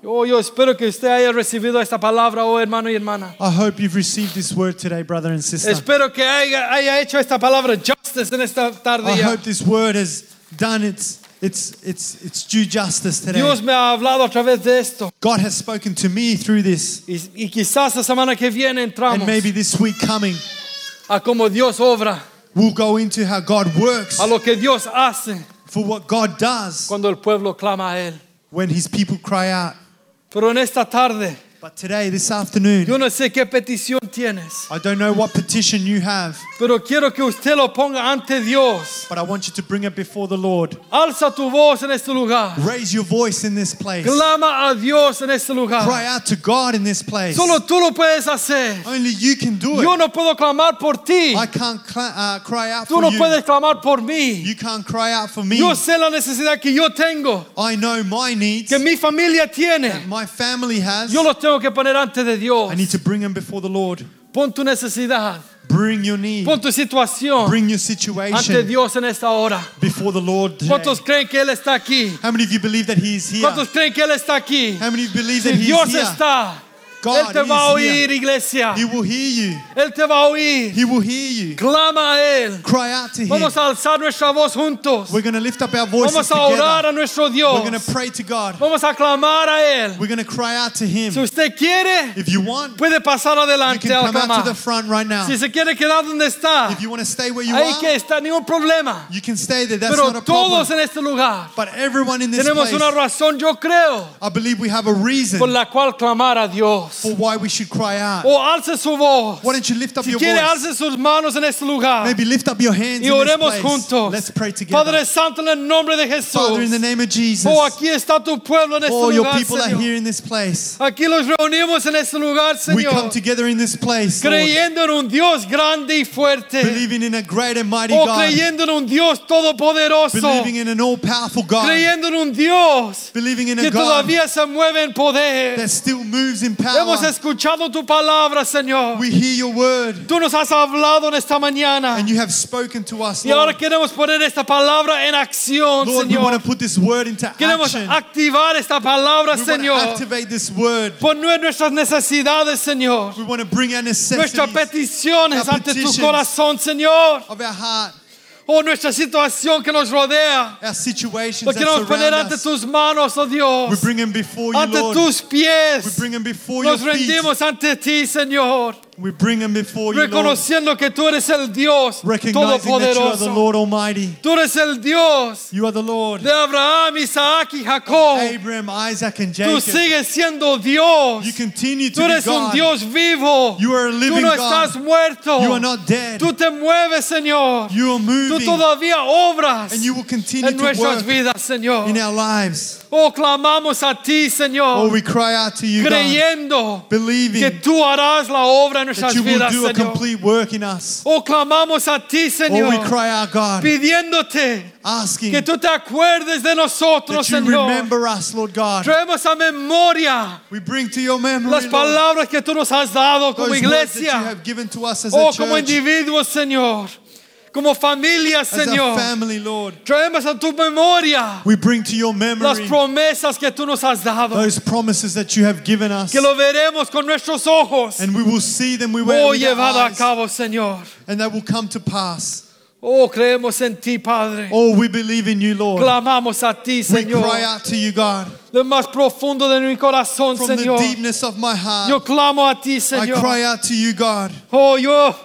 S1: Oh, yo espero que usted haya recibido esta palabra hoy, hermano y hermana.
S2: I hope you've received this word today, brother and sister.
S1: Espero que haya, haya hecho esta palabra justice en esta
S2: I
S1: tarde.
S2: hope this word has done its It's, it's, it's due justice today.
S1: Dios me ha hablado a través de esto.
S2: God has spoken to me through this.
S1: Y, y quizás la semana que viene
S2: And
S1: entramos
S2: maybe this week coming,
S1: a cómo Dios obra,
S2: we'll go into how God works
S1: a lo que Dios hace
S2: for what God does
S1: cuando el pueblo clama a Él.
S2: when his people cry out.
S1: Pero en esta tarde,
S2: But today, this afternoon,
S1: yo no sé qué petición tienes,
S2: I don't know what petition you have,
S1: pero quiero que usted lo ponga ante Dios.
S2: but I want you to bring it before the Lord.
S1: Alza tu voz en este lugar.
S2: Raise your voice in this place.
S1: Clama a Dios en este lugar.
S2: Cry out to God in this place.
S1: Solo tú lo puedes hacer.
S2: Only you can do
S1: Yo
S2: it.
S1: no puedo clamar por ti.
S2: I can't cla- uh, cry out
S1: Tú
S2: for
S1: no
S2: you.
S1: puedes clamar por mí.
S2: You can't cry out for me.
S1: Yo sé la necesidad que yo tengo,
S2: I know my needs
S1: que mi familia
S2: that
S1: tiene.
S2: my family has.
S1: Yo los tengo que poner ante de Dios.
S2: I need to bring them before the Lord.
S1: Pon tu necesidad,
S2: Bring your need.
S1: pon tu situación
S2: Bring your
S1: ante
S2: situation
S1: Dios en esta hora.
S2: before the Lord. today.
S1: ¿Cuántos creen que Él está aquí?
S2: How many of you believe that He is here?
S1: ¿Cuántos creen que Él está aquí?
S2: How many of you believe
S1: Si
S2: that He is
S1: Dios
S2: here?
S1: está, Él
S2: God
S1: te
S2: is
S1: va a
S2: here.
S1: oír, iglesia.
S2: He will hear you.
S1: Él te va a oír.
S2: He will hear you.
S1: Clama a Él.
S2: Cry out to Him.
S1: Vamos a alzar nuestra voz juntos.
S2: We're going to lift up our voices
S1: Vamos a orar
S2: together.
S1: a nuestro
S2: We're
S1: Dios.
S2: going to pray to God.
S1: Vamos a clamar a Él.
S2: We're going to cry out to Him.
S1: Si usted quiere,
S2: If you want,
S1: puede pasar
S2: you
S1: adelante
S2: can
S1: al
S2: come out to
S1: clamar.
S2: the front right now.
S1: Si se quiere quedar donde está,
S2: If you want to stay where you
S1: ahí que
S2: are,
S1: está, ningún problema.
S2: you can stay there. That's not
S1: Pero
S2: a
S1: todos
S2: problem.
S1: en este lugar
S2: But everyone in this
S1: tenemos una
S2: place,
S1: razón, yo creo,
S2: I believe we have a reason
S1: por la cual clamar a Dios.
S2: for why we should cry out.
S1: O alce su voz.
S2: Why don't you lift up
S1: Si
S2: your
S1: quiere,
S2: voice?
S1: alce sus manos en este lugar
S2: Maybe lift up your hands
S1: y
S2: in this
S1: oremos
S2: place.
S1: juntos.
S2: Let's pray together.
S1: Padre Santo, en el nombre de
S2: Father, in the
S1: Jesús.
S2: name of Jesus,
S1: Oh, aquí está tu pueblo en este
S2: all your
S1: lugar,
S2: people are
S1: Señor.
S2: here in this place.
S1: Aquí los reunimos en este lugar,
S2: We come
S1: Señor,
S2: together in this place, Lord,
S1: creyendo en un Dios grande y fuerte,
S2: believing in a great and mighty
S1: o
S2: God,
S1: Oh, creyendo en un Dios todopoderoso,
S2: believing in an all-powerful God,
S1: creyendo en un Dios
S2: believing in a
S1: que
S2: God
S1: todavía se mueve en poder.
S2: that still moves in power.
S1: Hemos escuchado tu palabra, Señor.
S2: We hear your word,
S1: Tú nos has hablado en esta mañana
S2: and you have spoken to us,
S1: y ahora
S2: Lord.
S1: queremos poner esta palabra en acción,
S2: Lord, we want
S1: Señor.
S2: to put this word into
S1: Queremos
S2: action.
S1: activar esta palabra,
S2: We want to
S1: Señor.
S2: activate this word.
S1: Poner nuestras necesidades, Señor.
S2: We want to bring our
S1: Nuestras
S2: necessities
S1: peticiones
S2: Our
S1: ante tu
S2: petitions.
S1: corazón, Señor.
S2: of our heart,
S1: Oh, nuestra situación que nos rodea.
S2: our
S1: Lo
S2: situations that
S1: queremos
S2: surround
S1: poner ante
S2: us.
S1: tus manos, oh
S2: We
S1: Dios.
S2: bring them before you,
S1: Ante
S2: Lord.
S1: tus
S2: We
S1: pies.
S2: bring them before your
S1: Nos
S2: feet.
S1: rendimos ante ti, Señor.
S2: We bring them before you, Lord.
S1: Reconociendo que tú eres el Dios
S2: Recognizing that you are the
S1: Todopoderoso.
S2: Lord Almighty.
S1: Tú eres el Dios
S2: You are the Lord.
S1: de Abraham, Isaac y Jacob.
S2: Abraham, Isaac, and
S1: Tú
S2: Jacob.
S1: sigues siendo
S2: You
S1: Dios.
S2: continue to
S1: Tú
S2: be
S1: eres un
S2: God.
S1: Dios vivo.
S2: You are a
S1: Tú
S2: living
S1: no estás
S2: God.
S1: muerto.
S2: You are not dead.
S1: Tú te mueves, Señor.
S2: You are
S1: Tú
S2: moving,
S1: todavía obras
S2: and you will continue
S1: en
S2: to
S1: nuestras
S2: work
S1: vidas, Señor.
S2: in our lives.
S1: Oh, clamamos a ti,
S2: Oh,
S1: Señor,
S2: we cry out to you, God,
S1: creyendo que
S2: believing
S1: tú harás la obra en
S2: that
S1: nuestras
S2: you will
S1: vidas,
S2: do a
S1: Señor.
S2: complete work in us.
S1: Oh, clamamos a ti,
S2: Oh, we
S1: Señor,
S2: cry out, God,
S1: pidiéndote
S2: asking
S1: que tú te acuerdes de
S2: that
S1: nosotros,
S2: you
S1: Señor.
S2: remember us, Lord God.
S1: Traemos a memoria
S2: We bring to your memory,
S1: las
S2: Lord,
S1: palabras que tú nos has dado
S2: those
S1: como
S2: words that you
S1: iglesia,
S2: have given to us as
S1: oh,
S2: a
S1: como
S2: church,
S1: individuos, Señor, como familia,
S2: as a
S1: Señor.
S2: family, Lord.
S1: Traemos a tu memoria
S2: We bring to your
S1: las
S2: memory
S1: promesas que tú nos has dado,
S2: those promises that you have given us,
S1: que lo veremos con nuestros ojos,
S2: and we will see them. We will
S1: oh
S2: with our
S1: llevado a
S2: eyes,
S1: cabo, Señor.
S2: and they will come to pass.
S1: Oh, creemos en ti, Padre.
S2: Oh, we believe in you, Lord.
S1: Clamamos a ti,
S2: We cry
S1: Señor.
S2: out to you, God,
S1: Lo más profundo de mi corazón,
S2: from the
S1: Señor.
S2: deepness of my
S1: Yo
S2: heart.
S1: clamo a ti,
S2: I cry
S1: Señor.
S2: out to you, God.
S1: Oh, yo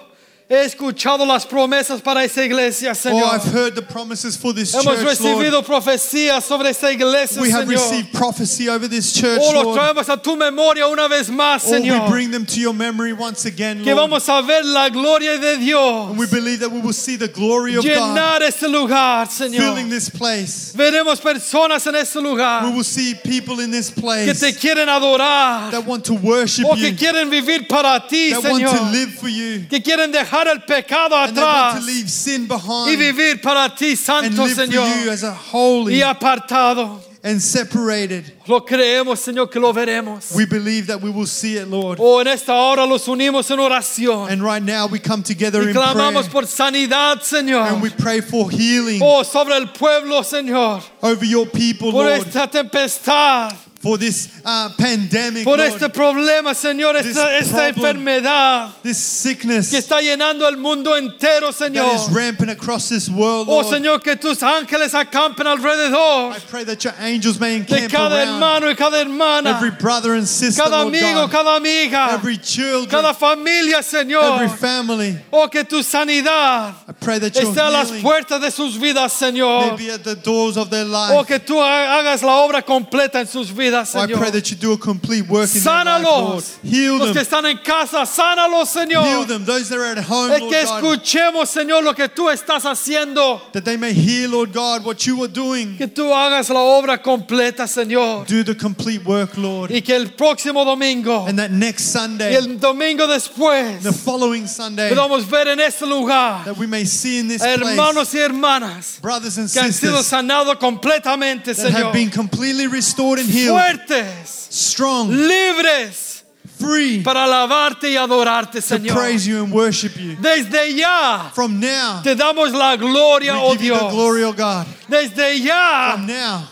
S1: he escuchado las promesas para esta iglesia,
S2: Oh,
S1: Señor.
S2: I've heard the promises for this
S1: Hemos
S2: church, Lord.
S1: recibido profecías sobre esta iglesia,
S2: We have
S1: Señor.
S2: received prophecy over this church,
S1: Oh, lo
S2: Lord.
S1: traemos a tu memoria una vez más,
S2: Oh, we
S1: Señor.
S2: bring them to your memory once again,
S1: Que
S2: Lord.
S1: vamos a ver la gloria de Dios.
S2: And we believe that we will see the glory of God
S1: llenar este lugar, Señor.
S2: filling this place.
S1: Veremos personas en este
S2: We
S1: lugar
S2: will see people in this
S1: que
S2: place
S1: te quieren adorar
S2: that want to worship
S1: o que
S2: you,
S1: quieren vivir para ti,
S2: that want to
S1: Señor.
S2: live for you,
S1: Que quieren dejar el pecado
S2: and they want
S1: atrás
S2: to leave sin
S1: y
S2: behind
S1: vivir para ti,
S2: and
S1: Santo
S2: live for you
S1: Señor,
S2: as a
S1: y
S2: holy
S1: apartado.
S2: and separated.
S1: Lo creemos, Señor, que lo veremos.
S2: We believe that we will see it, Lord.
S1: O en esta hora los unimos en oración
S2: And right now we come together
S1: y
S2: in prayer
S1: clamamos por sanidad,
S2: and we
S1: Señor.
S2: pray for healing
S1: Oh, sobre el pueblo, Señor,
S2: over your people,
S1: por
S2: Lord,
S1: esta tempestad.
S2: for this uh, pandemic,
S1: por
S2: Lord.
S1: este problema, Señor, esta,
S2: This
S1: esta
S2: problem
S1: enfermedad
S2: this sickness
S1: que está llenando el mundo entero,
S2: that is
S1: Señor.
S2: rampant across this world,
S1: Oh,
S2: Lord.
S1: Señor, que tus ángeles acampen alrededor
S2: I pray that your angels may
S1: de
S2: encamp
S1: cada
S2: around
S1: hermano y cada hermana,
S2: every brother and sister,
S1: cada
S2: Lord
S1: amigo,
S2: God.
S1: cada amiga,
S2: every children,
S1: cada familia, Señor.
S2: every family.
S1: Oh, que tu sanidad
S2: I pray that your
S1: esté a las
S2: healing
S1: puertas de sus vidas,
S2: may
S1: Señor.
S2: be at the doors of their
S1: Oh,
S2: life.
S1: que tú ha- hagas la obra completa en sus vidas,
S2: Oh, I
S1: Señor.
S2: pray that you do a complete work in their life, Lord.
S1: Sánalos.
S2: Heal
S1: Los que
S2: them.
S1: están en casa, sánalos,
S2: Heal
S1: Señor.
S2: them. Those that are at home,
S1: Es
S2: Lord
S1: que
S2: God,
S1: escuchemos, Señor, lo que tú estás haciendo.
S2: that they may hear, Lord God, what you are doing.
S1: Que tú hagas la obra completa, Señor.
S2: Do the complete work, Lord.
S1: Y que el próximo domingo
S2: And that next
S1: y
S2: Sunday,
S1: el domingo después
S2: the following Sunday,
S1: podamos ver en este lugar
S2: that we may see in this
S1: a
S2: place
S1: hermanos y hermanas
S2: brothers and
S1: que han sido
S2: sisters
S1: sanados completamente,
S2: that have
S1: Señor.
S2: been completely restored and healed,
S1: Fuertes,
S2: strong,
S1: libres
S2: free
S1: para alabarte y adorarte,
S2: to
S1: Señor.
S2: praise you and worship you.
S1: Desde ya
S2: From now,
S1: te damos la gloria, oh
S2: we give you the
S1: Dios.
S2: glory, O God.
S1: Desde ya
S2: From now,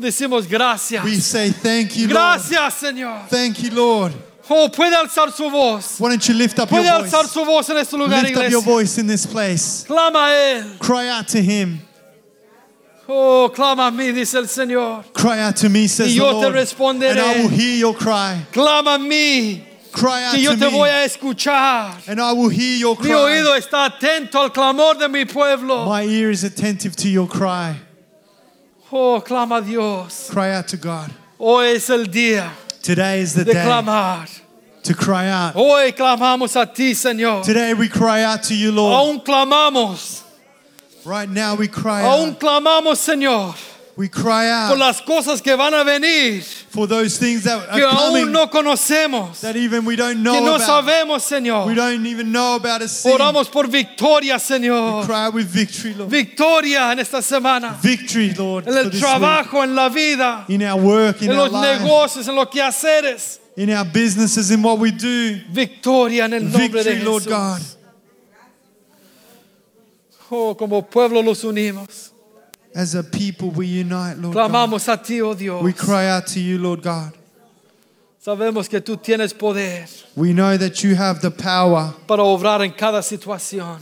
S1: decimos gracias.
S2: we say thank you, Lord.
S1: Gracias, Señor.
S2: Thank you, Lord.
S1: Oh, puede alzar su voz.
S2: Why don't you lift up your
S1: Puede alzar
S2: voice?
S1: su voz en este lugar,
S2: Lift up
S1: iglesia.
S2: your voice in this place.
S1: Clama a Él.
S2: Cry out to Him.
S1: Oh, clama a mí, dice el Señor.
S2: Cry out to me, says
S1: Y
S2: the
S1: yo te
S2: Lord. And I
S1: responderé.
S2: will hear your cry.
S1: Clama a mí,
S2: Cry out
S1: que yo
S2: to
S1: te voy
S2: me.
S1: a escuchar.
S2: And I will hear your
S1: Mi
S2: cry.
S1: oído está atento al clamor de mi pueblo.
S2: My ear is attentive to your cry.
S1: Oh, clama a Dios.
S2: Cry out to God.
S1: Hoy es el día
S2: Today is the
S1: de
S2: day
S1: clamar.
S2: to cry out.
S1: Hoy clamamos a ti, Señor.
S2: Today we cry out to you, Lord.
S1: Aún clamamos,
S2: Right now we cry
S1: aún
S2: out.
S1: clamamos, Señor,
S2: We cry
S1: por
S2: out
S1: las cosas que van a venir,
S2: for those things that
S1: que
S2: are
S1: aún
S2: coming
S1: no conocemos,
S2: that even we don't
S1: que
S2: know
S1: no
S2: about.
S1: sabemos,
S2: We
S1: Señor.
S2: don't even know about a sin.
S1: Oramos por victoria, Señor.
S2: Cry out with victory, Lord.
S1: Victoria en esta semana,
S2: Victory, Lord.
S1: en
S2: for
S1: el
S2: this
S1: trabajo, en la vida,
S2: week. In our work, in
S1: en
S2: our
S1: los
S2: life,
S1: negocios, en los quehaceres.
S2: in our businesses, in what we do.
S1: Victoria en el nombre de
S2: Victory, Lord
S1: Jesús.
S2: God.
S1: Oh, como pueblo los unimos.
S2: As a people, we unite, Lord God.
S1: Clamamos a ti, oh Dios.
S2: We cry out to you, Lord God.
S1: Sabemos que tú tienes poder
S2: We know that you have the power
S1: para obrar en cada situación.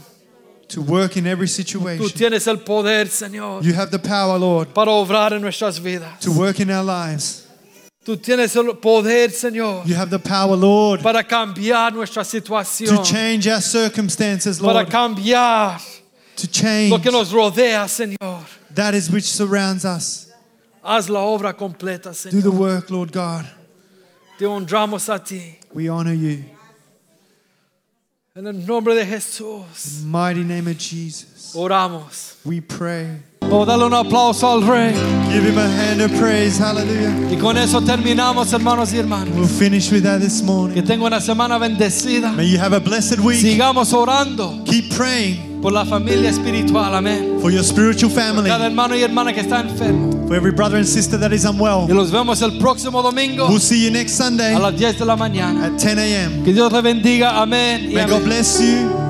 S2: to work in every
S1: Tú
S2: situation.
S1: tienes el poder, Señor,
S2: You have the power, Lord,
S1: para obrar en nuestras vidas.
S2: to work in our lives.
S1: Tú tienes el poder, Señor,
S2: You have the power, Lord,
S1: para cambiar nuestra
S2: to
S1: situación,
S2: change our circumstances,
S1: para
S2: Lord,
S1: cambiar
S2: to
S1: lo
S2: change
S1: que nos rodea, Señor.
S2: that is which surrounds us.
S1: Haz la obra completa,
S2: Do
S1: Señor.
S2: the work, Lord God.
S1: Te honramos a ti.
S2: We honor you.
S1: En el nombre de Jesús,
S2: Mighty name of Jesus,
S1: oramos.
S2: we pray.
S1: Vamos a darle Oh, un aplauso al Rey.
S2: Give him a hand of praise. Hallelujah.
S1: Y con eso terminamos, hermanos y hermanas.
S2: We'll finish with that this
S1: Que
S2: morning.
S1: tenga una semana bendecida.
S2: May you have a blessed week.
S1: Sigamos orando
S2: Keep praying
S1: por la familia espiritual, amén.
S2: for your spiritual family,
S1: Cada hermano y hermana que está enfermo.
S2: for every brother and sister that is unwell.
S1: Y los vemos el próximo domingo
S2: We'll see you next Sunday
S1: a las 10 de la mañana.
S2: at 10 a.m.
S1: Que Dios le bendiga, amén. y
S2: May
S1: amén.
S2: God bless you.